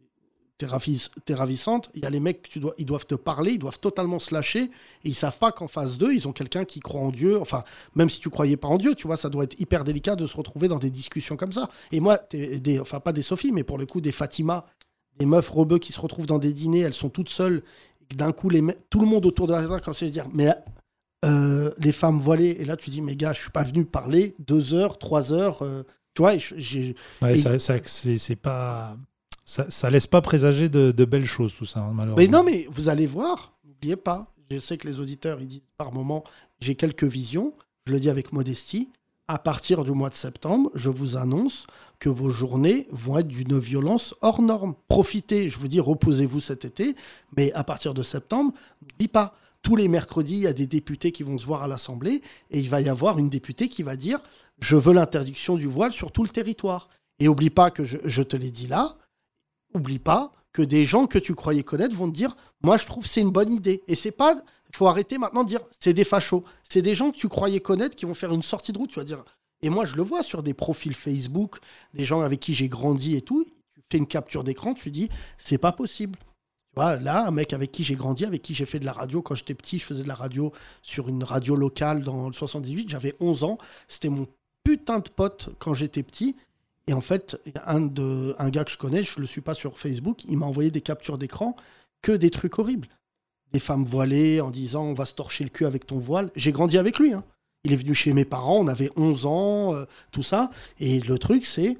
t'es ravis- t'es ravissante, il y a les mecs, que tu dois, ils doivent te parler, ils doivent totalement se lâcher, et ils savent pas qu'en face d'eux, ils ont quelqu'un qui croit en Dieu, enfin, même si tu croyais pas en Dieu, tu vois, ça doit être hyper délicat de se retrouver dans des discussions comme ça. Et moi, t'es- des, enfin, pas des Sophie, mais pour le coup, des Fatima, des meufs rebeux qui se retrouvent dans des dîners, elles sont toutes seules, et d'un coup, les, me- tout le monde autour de la table commence à se dire, mais euh, les femmes voilées, et là, tu dis, mais gars, je suis pas venu parler deux heures, trois heures, euh, tu vois, et je- j'ai. Ouais, et- ça, ça- c'est, c'est pas, ça, ça laisse pas présager de, de belles choses, tout ça, hein, malheureusement. Mais non, mais vous allez voir, n'oubliez pas, je sais que les auditeurs, ils disent par moment, j'ai quelques visions, je le dis avec modestie, à partir du mois de septembre, je vous annonce que vos journées vont être d'une violence hors norme. Profitez, je vous dis, reposez-vous cet été, mais à partir de septembre, n'oubliez pas, tous les mercredis, il y a des députés qui vont se voir à l'Assemblée, et il va y avoir une députée qui va dire, je veux l'interdiction du voile sur tout le territoire. Et oublie pas que je, je te l'ai dit là, oublie pas que des gens que tu croyais connaître vont te dire moi je trouve que c'est une bonne idée et c'est pas faut arrêter maintenant de dire c'est des fachos c'est des gens que tu croyais connaître qui vont faire une sortie de route tu vas dire et moi je le vois sur des profils Facebook des gens avec qui j'ai grandi et tout tu fais une capture d'écran tu dis c'est pas possible tu vois, là, un mec avec qui j'ai grandi, avec qui j'ai fait de la radio quand j'étais petit, je faisais de la radio sur une radio locale dans le 78, j'avais 11 ans, c'était mon putain de pote quand j'étais petit. Et en fait, il y a un, de, un gars que je connais, je le suis pas sur Facebook, il m'a envoyé des captures d'écran, que des trucs horribles. Des femmes voilées en disant on va se torcher le cul avec ton voile. J'ai grandi avec lui. hein. Il est venu chez mes parents, on avait 11 ans, euh, tout ça. Et le truc, c'est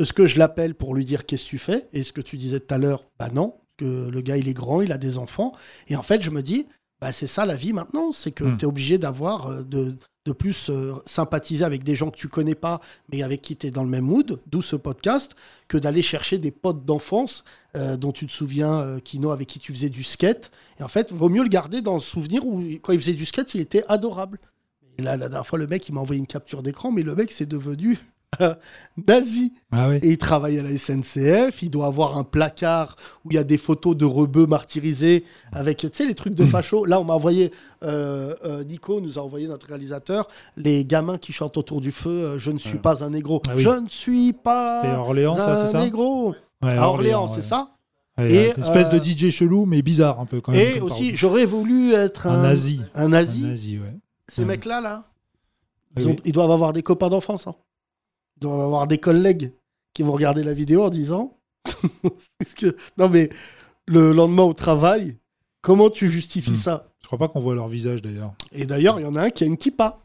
ce que je l'appelle pour lui dire qu'est-ce que tu fais Et ce que tu disais tout à l'heure, bah non, que le gars il est grand, il a des enfants. Et en fait, je me dis, bah, c'est ça la vie maintenant, c'est que Hmm. tu es obligé d'avoir euh, de, de plus euh, sympathiser avec des gens que tu connais pas, mais avec qui tu es dans le même mood, d'où ce podcast, que d'aller chercher des potes d'enfance euh, dont tu te souviens, euh, Kino, avec qui tu faisais du skate. Et en fait, vaut mieux le garder dans le souvenir où, quand il faisait du skate, il était adorable. Et là, la dernière fois, le mec, il m'a envoyé une capture d'écran, mais le mec, c'est devenu nazi. Ah oui. Et il travaille à la SNCF, il doit avoir un placard où il y a des photos de rebeux martyrisés avec, tu sais, les trucs de facho. Là, on m'a envoyé, euh, euh, Nico nous a envoyé notre réalisateur, les gamins qui chantent autour du feu, euh, je ne suis Ouais. pas un négro. Ah oui. Je ne suis pas C'était à Orléans, ça, un c'est ça négro. Ouais, à Orléans, ouais. c'est ça Ouais, Et, ouais, c'est une espèce euh, de DJ chelou, mais bizarre un peu quand même. Et comme aussi, j'aurais voulu être parodie. un, un nazi. un nazi. Un nazi, ouais. Ces Ouais. mecs-là, là, Oui, Hmm. ils, ont- oui. ils doivent avoir des copains d'enfance. hein. Ils doivent avoir des collègues qui vont regarder la vidéo en disant Parce que... Non, mais le lendemain au travail, comment tu justifies Hmm. ça Je crois pas qu'on voit leur visage d'ailleurs. Et d'ailleurs, il y en a un qui a une kippa.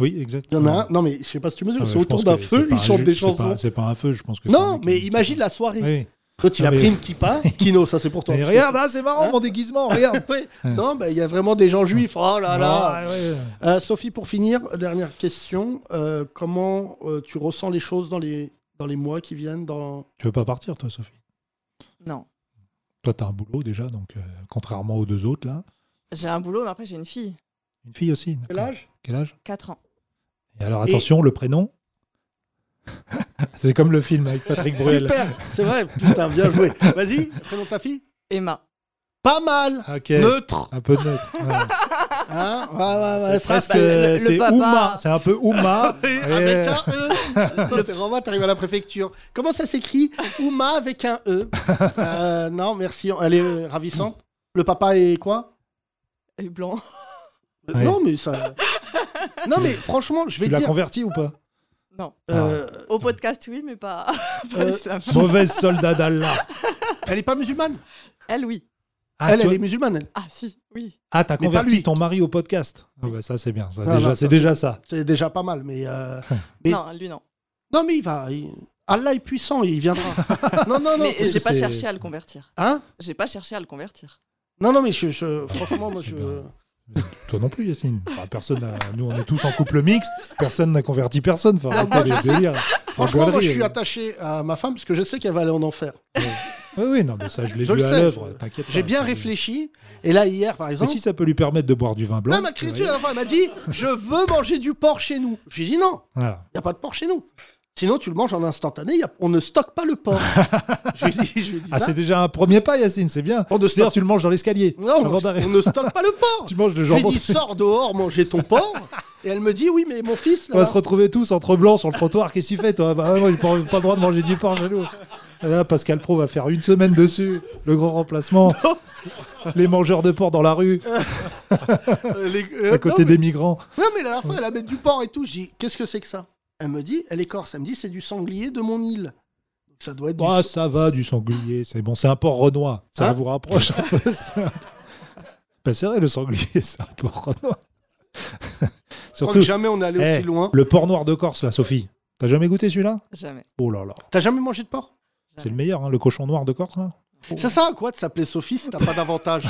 Oui, Il y exactement. en a un. Non, mais je sais pas si tu mesures, Ah Ouais, c'est je autour pense d'un que feu, c'est pas ils un chantent ju- des c'est pas- chansons. C'est pas un feu, je pense que c'est un Non, mec mais qui- imagine la soirée. Oui. Quand il Non, a mais- pris une kippa, Kino, ça c'est pour toi. Et parce que regarde, ah, c'est marrant Hein mon déguisement, regarde. c'est- Ouais. Non, bah, il y a vraiment des gens juifs. Oh là là. Ah, ouais, ouais. Euh, Sophie, pour finir, dernière question. Euh, comment euh, tu ressens les choses dans les, dans les mois qui viennent dans... Tu veux pas partir, toi, Sophie Non. Toi, t'as un boulot déjà, donc euh, contrairement aux deux autres, là. J'ai un boulot, mais après, j'ai une fille. Une fille aussi. d'accord. Quel âge Quel âge 4 ans. Et alors, attention, le prénom C'est comme le film avec Patrick Bruel. Super C'est vrai, putain, bien joué. Vas-y, prénom de ta fille Emma. Pas mal Ok. Neutre Un peu neutre. ouais. hein ouais, ouais, ouais, c'est ça, presque. euh, c'est- le- le c'est papa. Ouma. C'est un peu Ouma. Et Ouais. Avec un E Ça, c'est Romain, t'arrives à la préfecture. Comment ça s'écrit Ouma avec un E Euh, Non, merci, elle est euh, ravissante. Le papa est quoi Et blanc. Euh, Ouais. Non, mais ça... Non, mais franchement, je vais Tu te l'as dire... converti ou pas Ah. Non. euh, Au podcast, oui, mais pas, pas Euh, l'islam. Mauvaise soldat d'Allah. elle est pas musulmane Elle, oui. Ah, Elle, toi- elle est musulmane, elle. Ah, si, oui. ah, t'as mais pas converti lui. ton mari au podcast. Ah, bah, ça, c'est bien. ça, Non, déjà- non, ça, c'est déjà ça. C'est déjà pas mal, mais... euh, Mais- Non, lui, non. Non, mais il va... il- Allah est puissant, il viendra. non, non, non. mais faut- j'ai pas c'est- cherché à le convertir. Hein J'ai pas cherché à le convertir. Non, non, mais je, je- franchement, moi, C'est je... bien. Toi non plus, Yacine. Enfin, personne n'a- Nous, on est tous en couple mixte. Personne n'a converti personne. Enfin, Ah, arrêtez moi, les je sais. délires. Franchement, moi, Gauderie, je suis euh. attaché à ma femme parce que je sais qu'elle va aller en enfer. Ah, Oui, oui, non, mais ça, je l'ai Je vu le à sais, l'œuvre. je- T'inquiète pas, J'ai bien je- réfléchi. Et là, hier, par Mais exemple... si ça peut lui permettre de boire du vin blanc. Non, ma vous Christine, voyez. la fois, elle m'a dit Je veux manger du porc chez nous. Je lui ai dit Non, Voilà. il n'y a pas de porc chez nous. Sinon, tu le manges en instantané, y a- on ne stocke pas le porc. je lui ai dit, je lui ai dit Ah, ça. c'est déjà un premier pas, Yacine, c'est bien. On ne C'est-à-dire, stocke, tu le manges dans l'escalier. non, avant on, d'arriver. on ne stocke pas le porc. Tu manges le je lui ai jambon. dit Sors dehors, manger ton porc. Et elle me dit Oui, mais mon fils. On va là-bas. se retrouver tous entre blancs sur le trottoir. Qu'est-ce que tu fais, toi Bah, ouais, moi, j'ai pas, pas le droit de manger du porc, jaloux. Là, Pascal Pro va faire une semaine dessus. Le grand remplacement. Les mangeurs de porc dans la rue, Euh, les- euh, à côté non, des migrants. mais... non, mais la dernière fois, elle avait du porc et tout. Je dis Qu'est-ce que c'est que ça Elle me dit Elle est corse. Elle me dit C'est du sanglier de mon île. Ça doit être du. Ah, ça va, du sanglier. C'est bon, c'est un porc renois. Ça Hein vous rapproche un peu. ça. Bah, c'est vrai, le sanglier, c'est un porc renois. Je crois que Surtout, jamais on est allé Eh, aussi loin. le porc noir de Corse, là, Sophie. T'as jamais goûté celui-là Jamais. Oh là là. T'as jamais mangé de porc C'est le meilleur, hein, le cochon noir de Corse, là Ça sert à quoi de s'appeler Sophie si t'as pas d'avantage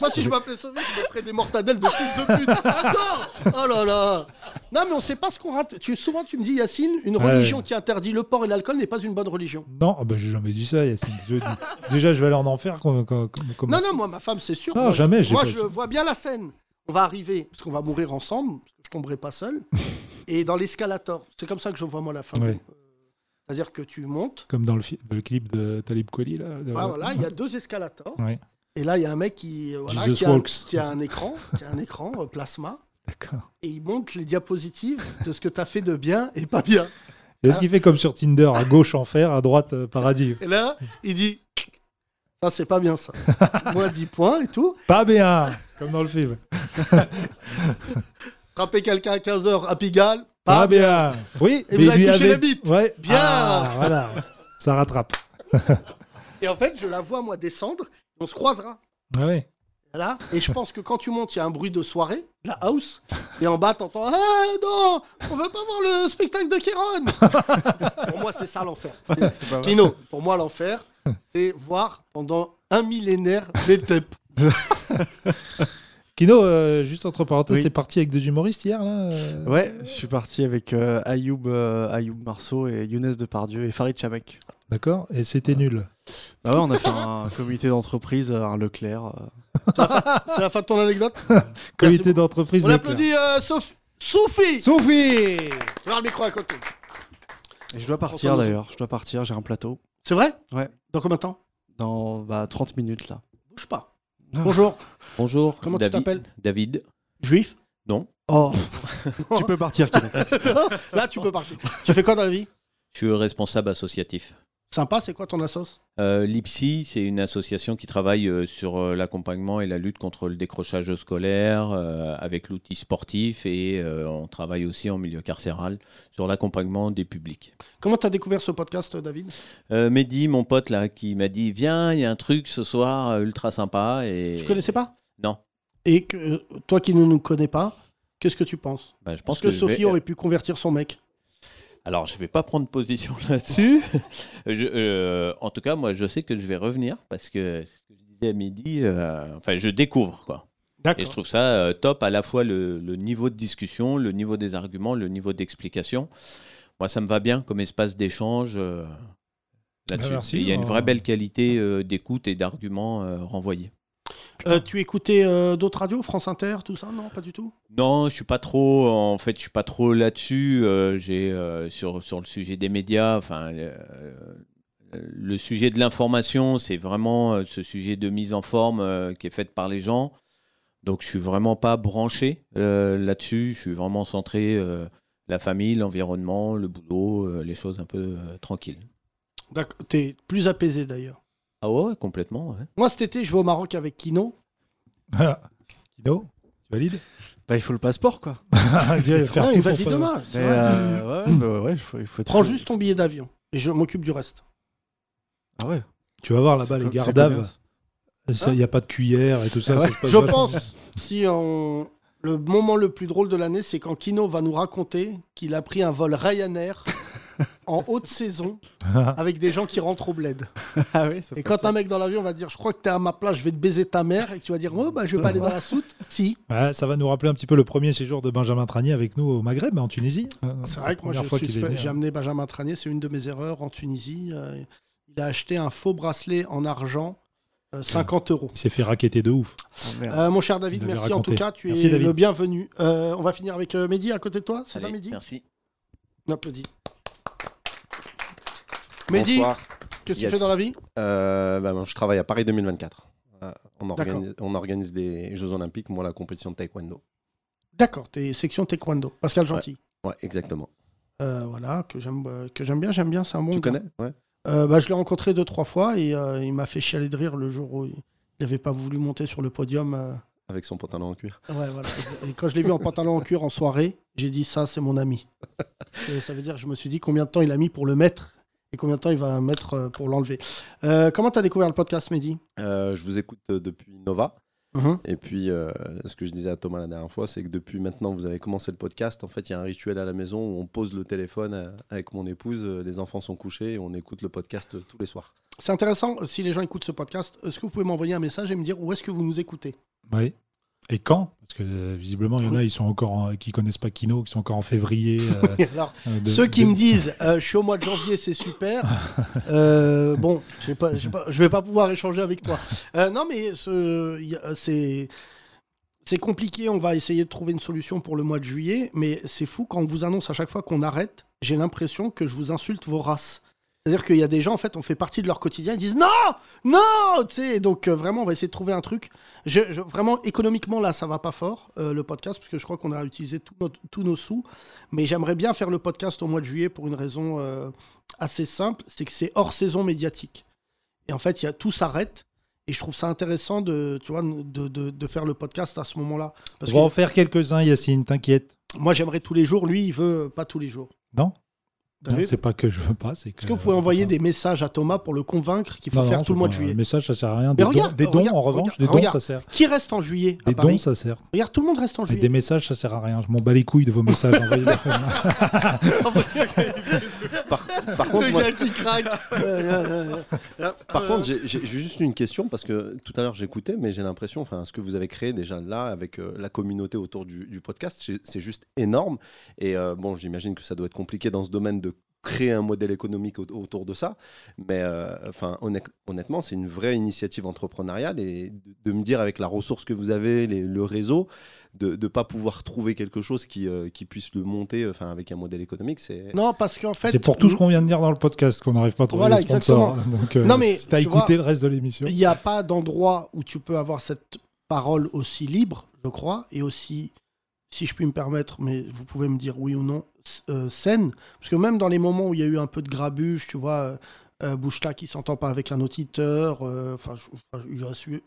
Moi, si je m'appelais Sophie, je me ferais des mortadelles de fils de pute. D'accord Oh là là Non, mais on sait pas ce qu'on rate. Tu, souvent, tu me dis, Yacine, une Ouais. religion qui interdit le porc et l'alcool n'est pas une bonne religion. Non, ah bah, j'ai jamais dit ça, Yacine. Je- Déjà, je vais aller en enfer. Comme, comme- comme- comme- Ah, Non, non, moi, ma femme, c'est sûr. Non, moi, jamais, j'ai Moi, pas- je vois bien la scène. On va arriver, parce qu'on va mourir ensemble, parce que je tomberai pas seul. et dans l'escalator. C'est comme ça que je vois, moi, la femme. Ouais. Euh, C'est-à-dire que tu montes. Comme dans le, fi- le clip de Talib Kweli, là. de- Ah, voilà, il y a deux escalators. Ouais. Et là, il y a un mec qui, euh, voilà, Jesus qui, a, walks. qui a un écran, qui a un écran euh, plasma. D'accord. et il montre les diapositives de ce que t'as fait de bien et pas bien. Est-ce Ah. qu'il fait comme sur Tinder, à gauche enfer, à droite euh, paradis Et là, il dit ça c'est pas bien ça. Moi 10 points et tout. Pas bien Comme dans le film. Frapper quelqu'un à 15h à Pigalle, Pas, pas bien. bien. Oui, Et mais vous avez lui touché avait- la bite. Ouais. Bien. Ah, Voilà. Ça rattrape. Et en fait, je la vois moi descendre, on se croisera. Ah ouais. Là, et je pense que quand tu montes, il y a un bruit de soirée, la house, et en bas, t'entends Ah non, on veut pas voir le spectacle de Kéron Pour moi, c'est ça l'enfer. C'est pas mal. Kino, pour moi, l'enfer, c'est voir pendant un millénaire d'étape. Kino, euh, juste entre parenthèses, Oui. t'es parti avec deux humoristes hier là euh, Ouais, je suis parti avec euh, Ayoub, euh, Ayoub Marceau et Younes Depardieu et Farid Chamek. D'accord Et c'était nul. Bah ouais, on a fait un comité d'entreprise, euh, un Leclerc. euh. C'est la fin de ton anecdote Comité d'entreprise. On Leclerc. applaudit euh, Sophie. Sophie Sophie Tu as le micro à côté. Et je dois partir Ensemble. d'ailleurs, je dois partir, j'ai un plateau C'est vrai Ouais. Dans combien de temps dans bah, 30 minutes là. Bouge pas. Ah. Bonjour. Bonjour. Comment tu David. t'appelles David. Juif Non. Oh, tu peux partir, Kino. là tu peux partir. tu fais quoi dans la vie Je suis responsable associatif. Sympa, c'est quoi ton assos Euh, L'IPSI, c'est une association qui travaille euh, sur euh, l'accompagnement et la lutte contre le décrochage scolaire euh, avec l'outil sportif et euh, on travaille aussi en milieu carcéral sur l'accompagnement des publics. Comment t'as découvert ce podcast, David Euh, Mehdi, mon pote là, qui m'a dit Viens, il y a un truc ce soir euh, ultra sympa. Et... Tu connaissais pas Non. Et que, euh, toi qui ne nous connais pas, qu'est-ce que tu penses Bah, je Parce pense que, je Sophie vais- aurait pu convertir son mec. Alors, je ne vais pas prendre position là-dessus. Je- euh, en tout cas, moi, je sais que je vais revenir parce que ce que je disais à midi, euh, enfin, je découvre. quoi. Et je D'accord. trouve ça euh, top à la fois le, le niveau de discussion, le niveau des arguments, le niveau d'explication. Moi, ça me va bien comme espace d'échange euh, là-dessus. Bah, merci. Et Il y a une Euh, vraie belle qualité euh, d'écoute et d'arguments euh, renvoyés. Euh, tu écoutais euh, d'autres radios, France Inter, tout ça Non, pas du tout Non, je suis pas trop. En fait, je suis pas trop là-dessus. Euh, J'ai euh, sur sur le sujet des médias. Enfin, euh, le sujet de l'information, c'est vraiment euh, ce sujet de mise en forme euh, qui est faite par les gens. Donc, je suis vraiment pas branché euh, là-dessus. Je suis vraiment centré euh, la famille, l'environnement, le boulot, euh, les choses un peu euh, tranquilles. D'accord. T'es plus apaisé d'ailleurs. Ah ouais, complètement. ouais. Moi cet été, je vais au Maroc avec Kino. Kino Tu valides Bah, il faut le passeport quoi. Tu vas faire Ouais, tout Vas-y pour pas- demain. c'est Mais, vrai. euh, ouais, ouais, bah, ouais, il faut, il faut Prends tout- juste ton billet d'avion et je m'occupe du reste. Ah ouais. Tu vas voir là-bas les C'est co- c'est gardaves. combien Il n'y a pas de cuillère et tout ça. Ah ça ouais. se passe Je vachement bien. pense, si on... le moment le plus drôle de l'année, c'est quand Kino va nous raconter qu'il a pris un vol Ryanair en haute saison Ah. avec des gens qui rentrent au bled. Ah ouais, ça Et peut quand être un mec dans l'avion va dire Je crois que t'es à ma place, je vais te baiser ta mère, et que tu vas dire Oh, bah je vais pas aller dans la soute. Ah. Si, Ouais, ça va nous rappeler un petit peu le premier séjour de Benjamin Tranier avec nous au Maghreb, en Tunisie. c'est vrai que moi Première je fois qu'il est suspecte- né, j'ai hein. amené Benjamin Tranier, c'est une de mes erreurs en Tunisie. euh, il a acheté un faux bracelet en argent, euh, 50 euros. Il s'est fait raqueter de ouf. ça. Oh, merde. Euh, mon cher David, Ah. Il l'avait merci en raconté. tout cas, tu Merci, es David. le bienvenu. Euh, on va finir avec euh, Mehdi à côté de toi, c'est ça Allez, Mehdi Merci. On applaudit. Mehdi, Bonsoir. qu'est-ce que tu Yes. fais dans la vie Euh, bah, moi, je travaille à Paris 2024. Euh, on, D'accord. organise, on organise des Jeux Olympiques, moi, la compétition de Taekwondo. D'accord, t'es section taekwondo. Pascal Gentil. Ouais, exactement. Euh, voilà, que j'aime euh, que j'aime bien, j'aime bien, c'est un bon tu gars. connais Ouais. Euh, bah, Je l'ai rencontré deux, trois fois et euh, il m'a fait chialer de rire le jour où il n'avait pas voulu monter sur le podium. euh. Avec son pantalon en cuir. Ouais, voilà. Et quand je l'ai vu en pantalon en cuir en soirée, j'ai dit ça, c'est mon ami. Et ça veut dire, je me suis dit combien de temps il a mis pour le mettre et combien de temps il va mettre euh, pour l'enlever. Euh, comment t'as découvert le podcast, Mehdi Euh, je vous écoute euh, depuis Nova. Mhm. Et puis, euh, ce que je disais à Thomas la dernière fois, c'est que depuis maintenant, vous avez commencé le podcast. En fait, il y a un rituel à la maison où on pose le téléphone euh, avec mon épouse. euh, Les enfants sont couchés et on écoute le podcast euh, tous les soirs. C'est intéressant, euh, si les gens écoutent ce podcast, est-ce que vous pouvez m'envoyer un message et me dire où est-ce que vous nous écoutez Oui. Et quand Parce que euh, visiblement, il y en a, ils sont encore en- qui connaissent pas Kino, qui sont encore en février. euh, Alors, euh, de- ceux qui de- me disent euh, je suis au mois de janvier, c'est super. Euh, bon, j'ai pas- j'ai pas- je vais pas pouvoir échanger avec toi. Euh, non, mais ce- y a- c'est c'est compliqué. On va essayer de trouver une solution pour le mois de juillet, mais c'est fou quand on vous annonce à chaque fois qu'on arrête. J'ai l'impression que je vous insulte vos races. C'est-à-dire qu'il y a des gens, en fait, on fait partie de leur quotidien, ils disent non, non, tu sais. Donc euh, vraiment, on va essayer de trouver un truc. Je, je- vraiment, économiquement, là, ça va pas fort euh, le podcast, parce que je crois qu'on a utilisé tout notre- tous nos sous. Mais j'aimerais bien faire le podcast au mois de juillet pour une raison euh, assez simple, c'est que c'est hors saison médiatique. Et en fait, il y a, tout s'arrête. Et je trouve ça intéressant de, tu vois, de, de- de faire le podcast à ce moment-là. Parce On va en que faire quelques-uns, Yacine, t'inquiète. moi, j'aimerais tous les jours. Lui, il veut euh, pas tous les jours. Non, T'as Non, vu c'est pas que je veux pas. c'est Est-ce que vous pouvez envoyer des messages à Thomas pour le convaincre qu'il faut Non, faire non, tout c'est le mois pas- de juillet Le message, ça sert à rien. Des dons, regarde, des dons, regarde, en revanche, regarde, des dons, regarde. ça sert. Qui reste en juillet à Des Paris dons, ça sert. Regarde, tout le monde reste en Et juillet. des messages, ça sert à rien. Je m'en bats les couilles de vos messages. envoyez-les. Par, Par contre, le moi- gars qui craque. Euh, Par contre, j'ai j'ai- j'ai juste une question parce que tout à l'heure j'écoutais, mais j'ai l'impression, enfin, ce que vous avez créé déjà là avec euh, la communauté autour du, du podcast, c'est- c'est juste énorme. Et euh, bon, j'imagine que ça doit être compliqué dans ce domaine de créer un modèle économique au- autour de ça, mais euh, enfin, honnêt- honnêtement, c'est une vraie initiative entrepreneuriale et de, de me dire avec la ressource que vous avez, les- le réseau, de ne pas pouvoir trouver quelque chose qui, euh, qui puisse le monter, enfin, avec un modèle économique, c'est Non, parce qu'en fait. C'est pour tout ce qu'on vient de dire dans le podcast qu'on n'arrive pas à trouver Voilà, des sponsors. exactement. Donc, euh, Non, mais, si t'as tu écouté vois, le reste de l'émission. Il n'y a pas d'endroit où tu peux avoir cette parole aussi libre, je crois, et aussi, si je puis me permettre, mais vous pouvez me dire oui ou non, s- euh, saine. Parce que même dans les moments où il y a eu un peu de grabuge, tu vois, euh, euh, Bouchta qui s'entend pas avec un auditeur, euh, enfin, je- enfin, il y a su-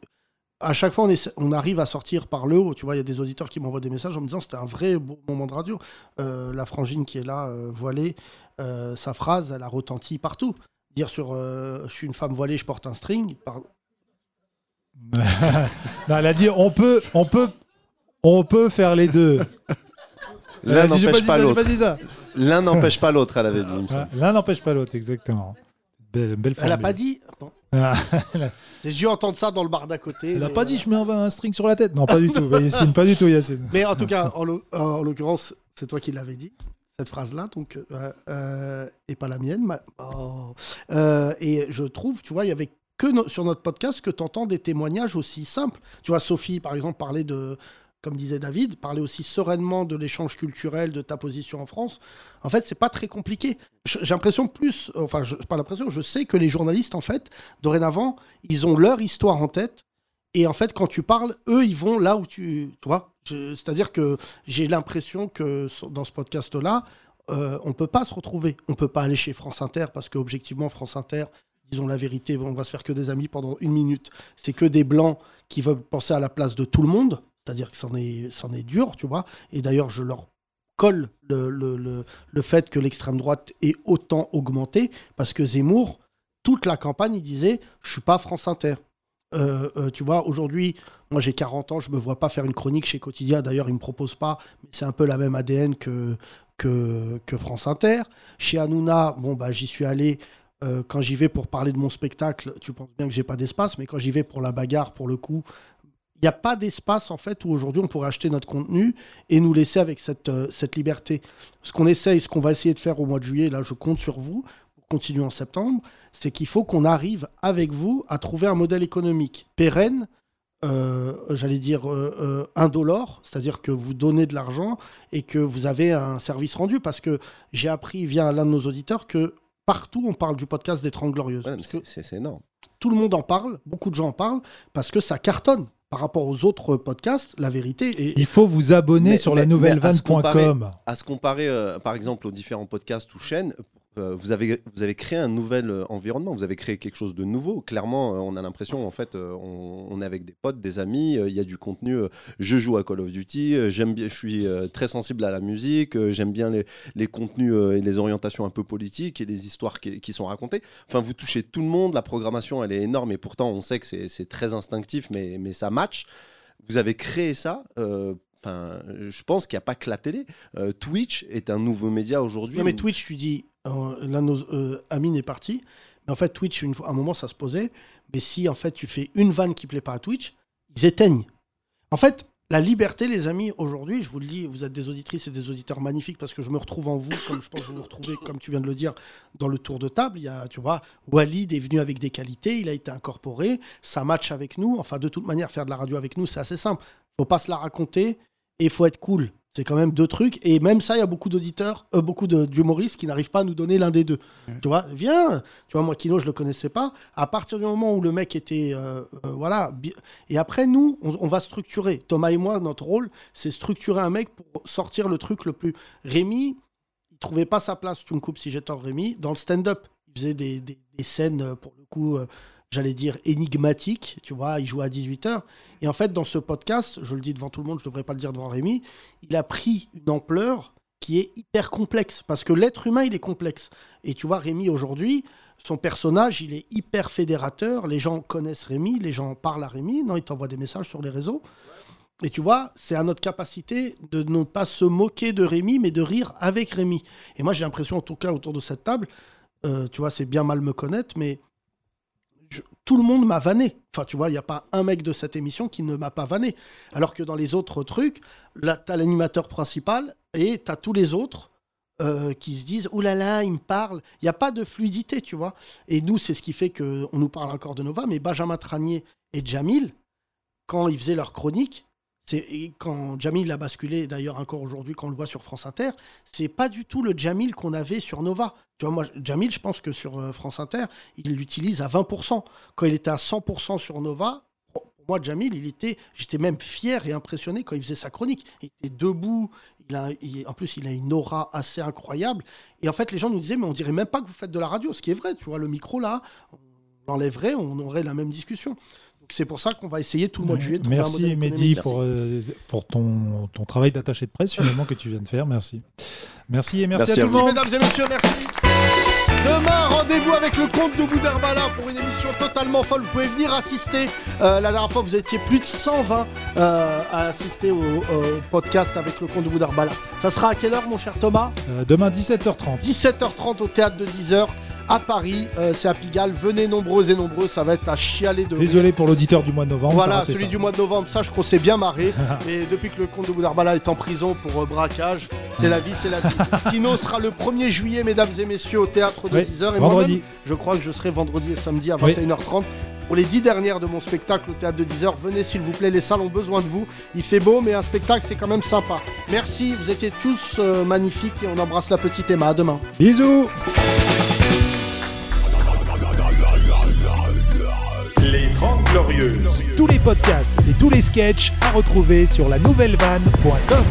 à chaque fois, on, essa- on arrive à sortir par le haut. Tu vois, il y a des auditeurs qui m'envoient des messages en me disant c'était un vrai beau moment de radio. Euh, la frangine qui est là, euh, voilée, euh, sa phrase, elle a retenti partout. Dire sur euh, je suis une femme voilée, je porte un string. par- Non, elle a dit on peut, on peut, on peut faire les deux. Elle a L'un dit, j'ai n'empêche dit pas ça, j'ai l'autre. dit ça. L'un n'empêche pas l'autre, elle avait dit. il me semble. Ah, L'un n'empêche pas l'autre, exactement. Belle, belle Elle n'a formule. pas dit. Bon, Ah, elle a- J'ai dû entendre ça dans le bar d'à côté. elle a mais- pas dit je mets un, un string sur la tête. Non, pas du tout, Yacine, pas du tout, Yacine. Mais en tout cas, en l'oc- en l'occurrence, c'est toi qui l'avais dit, cette phrase-là, donc, euh, euh, et pas la mienne. ma- oh. Euh, et je trouve, tu vois, il y avait que no- sur notre podcast que tu entends des témoignages aussi simples. Tu vois, Sophie, par exemple, parlait de, comme disait David, parlait aussi sereinement de l'échange culturel, de ta position en France. En fait, c'est pas très compliqué. Je- J'ai l'impression plus, enfin, je, pas l'impression, je sais que les journalistes, en fait, dorénavant, ils ont leur histoire en tête. Et en fait, quand tu parles, eux, ils vont là où tu. Tu vois Je- C'est-à-dire que j'ai l'impression que so- dans ce podcast-là, euh, on peut pas se retrouver. On peut pas aller chez France Inter parce que, objectivement, France Inter, disons la vérité, on va se faire que des amis pendant une minute. C'est que des blancs qui veulent penser à la place de tout le monde. C'est-à-dire que c'en est, c'en est dur, tu vois. Et d'ailleurs, je leur colle le, le- le- le fait que l'extrême droite ait autant augmenté parce que Zemmour, toute la campagne, il disait Je suis pas France Inter. Euh, euh, tu vois, aujourd'hui, moi j'ai 40 ans, je me vois pas faire une chronique chez Quotidien. D'ailleurs, ils me proposent pas, mais c'est un peu la même ADN que, que, que France Inter. Chez Hanouna, bon, bah, j'y suis allé. euh, quand j'y vais pour parler de mon spectacle, tu penses bien que j'ai pas d'espace, mais quand j'y vais pour la bagarre, pour le coup, il n'y a pas d'espace en fait où aujourd'hui on pourrait acheter notre contenu et nous laisser avec cette, euh, cette liberté. Ce qu'on essaye, ce qu'on va essayer de faire au mois de juillet, là je compte sur vous, pour continuer en septembre, c'est qu'il faut qu'on arrive avec vous à trouver un modèle économique pérenne, euh, j'allais dire euh, euh, indolore, c'est-à-dire que vous donnez de l'argent et que vous avez un service rendu parce que j'ai appris via l'un de nos auditeurs que partout on parle du podcast des 30 Glorieuses. Parce que- C'est c'est énorme. tout le monde en parle, beaucoup de gens en parlent, parce que ça cartonne par rapport aux autres podcasts, la vérité. Et, Il faut vous abonner Mais- sur mais- la mais nouvelle à se comparer- vanne.com. À se comparer, euh, par exemple, aux différents podcasts ou chaînes, euh, vous, avez, vous avez créé un nouvel euh, environnement, vous avez créé quelque chose de nouveau. Clairement, euh, on a l'impression, en fait, euh, on, on est avec des potes, des amis, euh, il y a du contenu. euh, je joue à Call of Duty, euh, j'aime bien, je suis euh, très sensible à la musique, euh, j'aime bien les, les contenus euh, et les orientations un peu politiques et les histoires qui, qui sont racontées. Enfin, vous touchez tout le monde, la programmation, elle est énorme et pourtant, on sait que c'est c'est très instinctif, mais, mais ça match vous avez créé ça. euh, Enfin, je pense qu'il n'y a pas que la télé. Euh, Twitch est un nouveau média aujourd'hui. Non, mais Twitch, tu dis, euh, l'un de nos euh, Amine est parti, mais en fait, Twitch, une fois, à un moment, ça se posait, mais si en fait, tu fais une vanne qui plaît pas à Twitch, ils éteignent. En fait, la liberté, les amis, aujourd'hui, je vous le dis, vous êtes des auditrices et des auditeurs magnifiques parce que je me retrouve en vous, comme je pense que vous vous retrouvez, comme tu viens de le dire, dans le tour de table. Il y a, tu vois, Walid est venu avec des qualités, il a été incorporé, ça match avec nous. Enfin, de toute manière, faire de la radio avec nous, c'est assez simple. Faut pas se la raconter et faut être cool. C'est quand même deux trucs. Et même ça, il y a beaucoup d'auditeurs, euh, beaucoup de- d'humoristes qui n'arrivent pas à nous donner l'un des deux. Tu vois, viens. Tu vois, moi, Kino, je le connaissais pas. À partir du moment où le mec était. euh, euh, voilà. bi- Et après, nous, on, on va structurer. Thomas et moi, notre rôle, c'est structurer un mec pour sortir le truc le plus. Rémi, il trouvait pas sa place, tu me coupes si j'ai tort, Rémi, dans le stand-up. Il faisait des, des- des scènes, euh, pour le coup, euh, j'allais dire énigmatiques, tu vois, il jouait à 18h. Et en fait, dans ce podcast, je le dis devant tout le monde, je devrais pas le dire devant Rémi, il a pris une ampleur qui est hyper complexe, parce que l'être humain, il est complexe. Et tu vois, Rémi, aujourd'hui, son personnage, il est hyper fédérateur, les gens connaissent Rémi, les gens parlent à Rémi, non, il t'envoie des messages sur les réseaux. Et tu vois, c'est à notre capacité de ne pas se moquer de Rémi, mais de rire avec Rémi. Et moi, j'ai l'impression, en tout cas, autour de cette table, euh, tu vois, c'est bien mal me connaître, mais je- tout le monde m'a vanné. Enfin, tu vois, il n'y a pas un mec de cette émission qui ne m'a pas vanné. Alors que dans les autres trucs, là, t'as l'animateur principal et t'as tous les autres euh, qui se disent Ouh là là, il me parle. Il n'y a pas de fluidité, tu vois. Et nous, c'est ce qui fait qu'on nous parle encore de Nova, mais Benjamin Tranier et Jamil, quand ils faisaient leur chronique, c'est et quand Jamil a basculé, d'ailleurs encore aujourd'hui, quand on le voit sur France Inter, c'est pas du tout le Jamil qu'on avait sur Nova. Tu vois, moi, Jamil, je pense que sur euh, France Inter, il l'utilise à 20%. Quand il était à 100% sur Nova, pour pour moi, Jamil, il était, j'étais même fier et impressionné quand il faisait sa chronique. Il était debout, il a, il- en plus, il a une aura assez incroyable. Et en fait, les gens nous disaient, mais on dirait même pas que vous faites de la radio, ce qui est vrai, tu vois, le micro là, on l'enlèverait, on aurait la même discussion. Donc, C'est pour ça qu'on va essayer tout le mois de juillet de trouver un Merci modèle Mehdi économique. pour, euh, pour ton, ton travail d'attaché de presse finalement que tu viens de faire. Merci. Merci et merci, Merci à à tout le vous. monde. Mesdames et messieurs, merci. Demain, rendez-vous avec le comte de Boudarbala pour une émission totalement folle. Vous pouvez venir assister. Euh, la dernière fois, vous étiez plus de 120 euh, à assister au, au podcast avec le comte de Boudarbala. Ça sera à quelle heure, mon cher Thomas Euh, demain 17h30. 17h30 au théâtre de 10h à Paris. Euh, C'est à Pigalle. Venez nombreux et nombreux. Ça va être à chialer de rire. Désolé pour l'auditeur du mois de novembre. t'as Voilà, raté celui ça. du mois de novembre, ça je crois qu'on s'est bien marré. Mais depuis que le comte de Boudarbala est en prison pour euh, braquage, c'est la vie, c'est la vie. Kino sera le 1er juillet, mesdames et messieurs, au théâtre de Oui, 10h. Et vendredi. moi-même, je crois que je serai vendredi et samedi à Oui. 21h30. Pour les 10 dernières de mon spectacle au théâtre de 10h, venez s'il vous plaît, les salles ont besoin de vous. Il fait beau, mais un spectacle c'est quand même sympa. Merci, vous étiez tous euh, magnifiques et on embrasse la petite Emma. À demain. Bisous Les 30 Glorieuses. Tous les podcasts et tous les sketchs à retrouver sur la nouvelle vanne.com.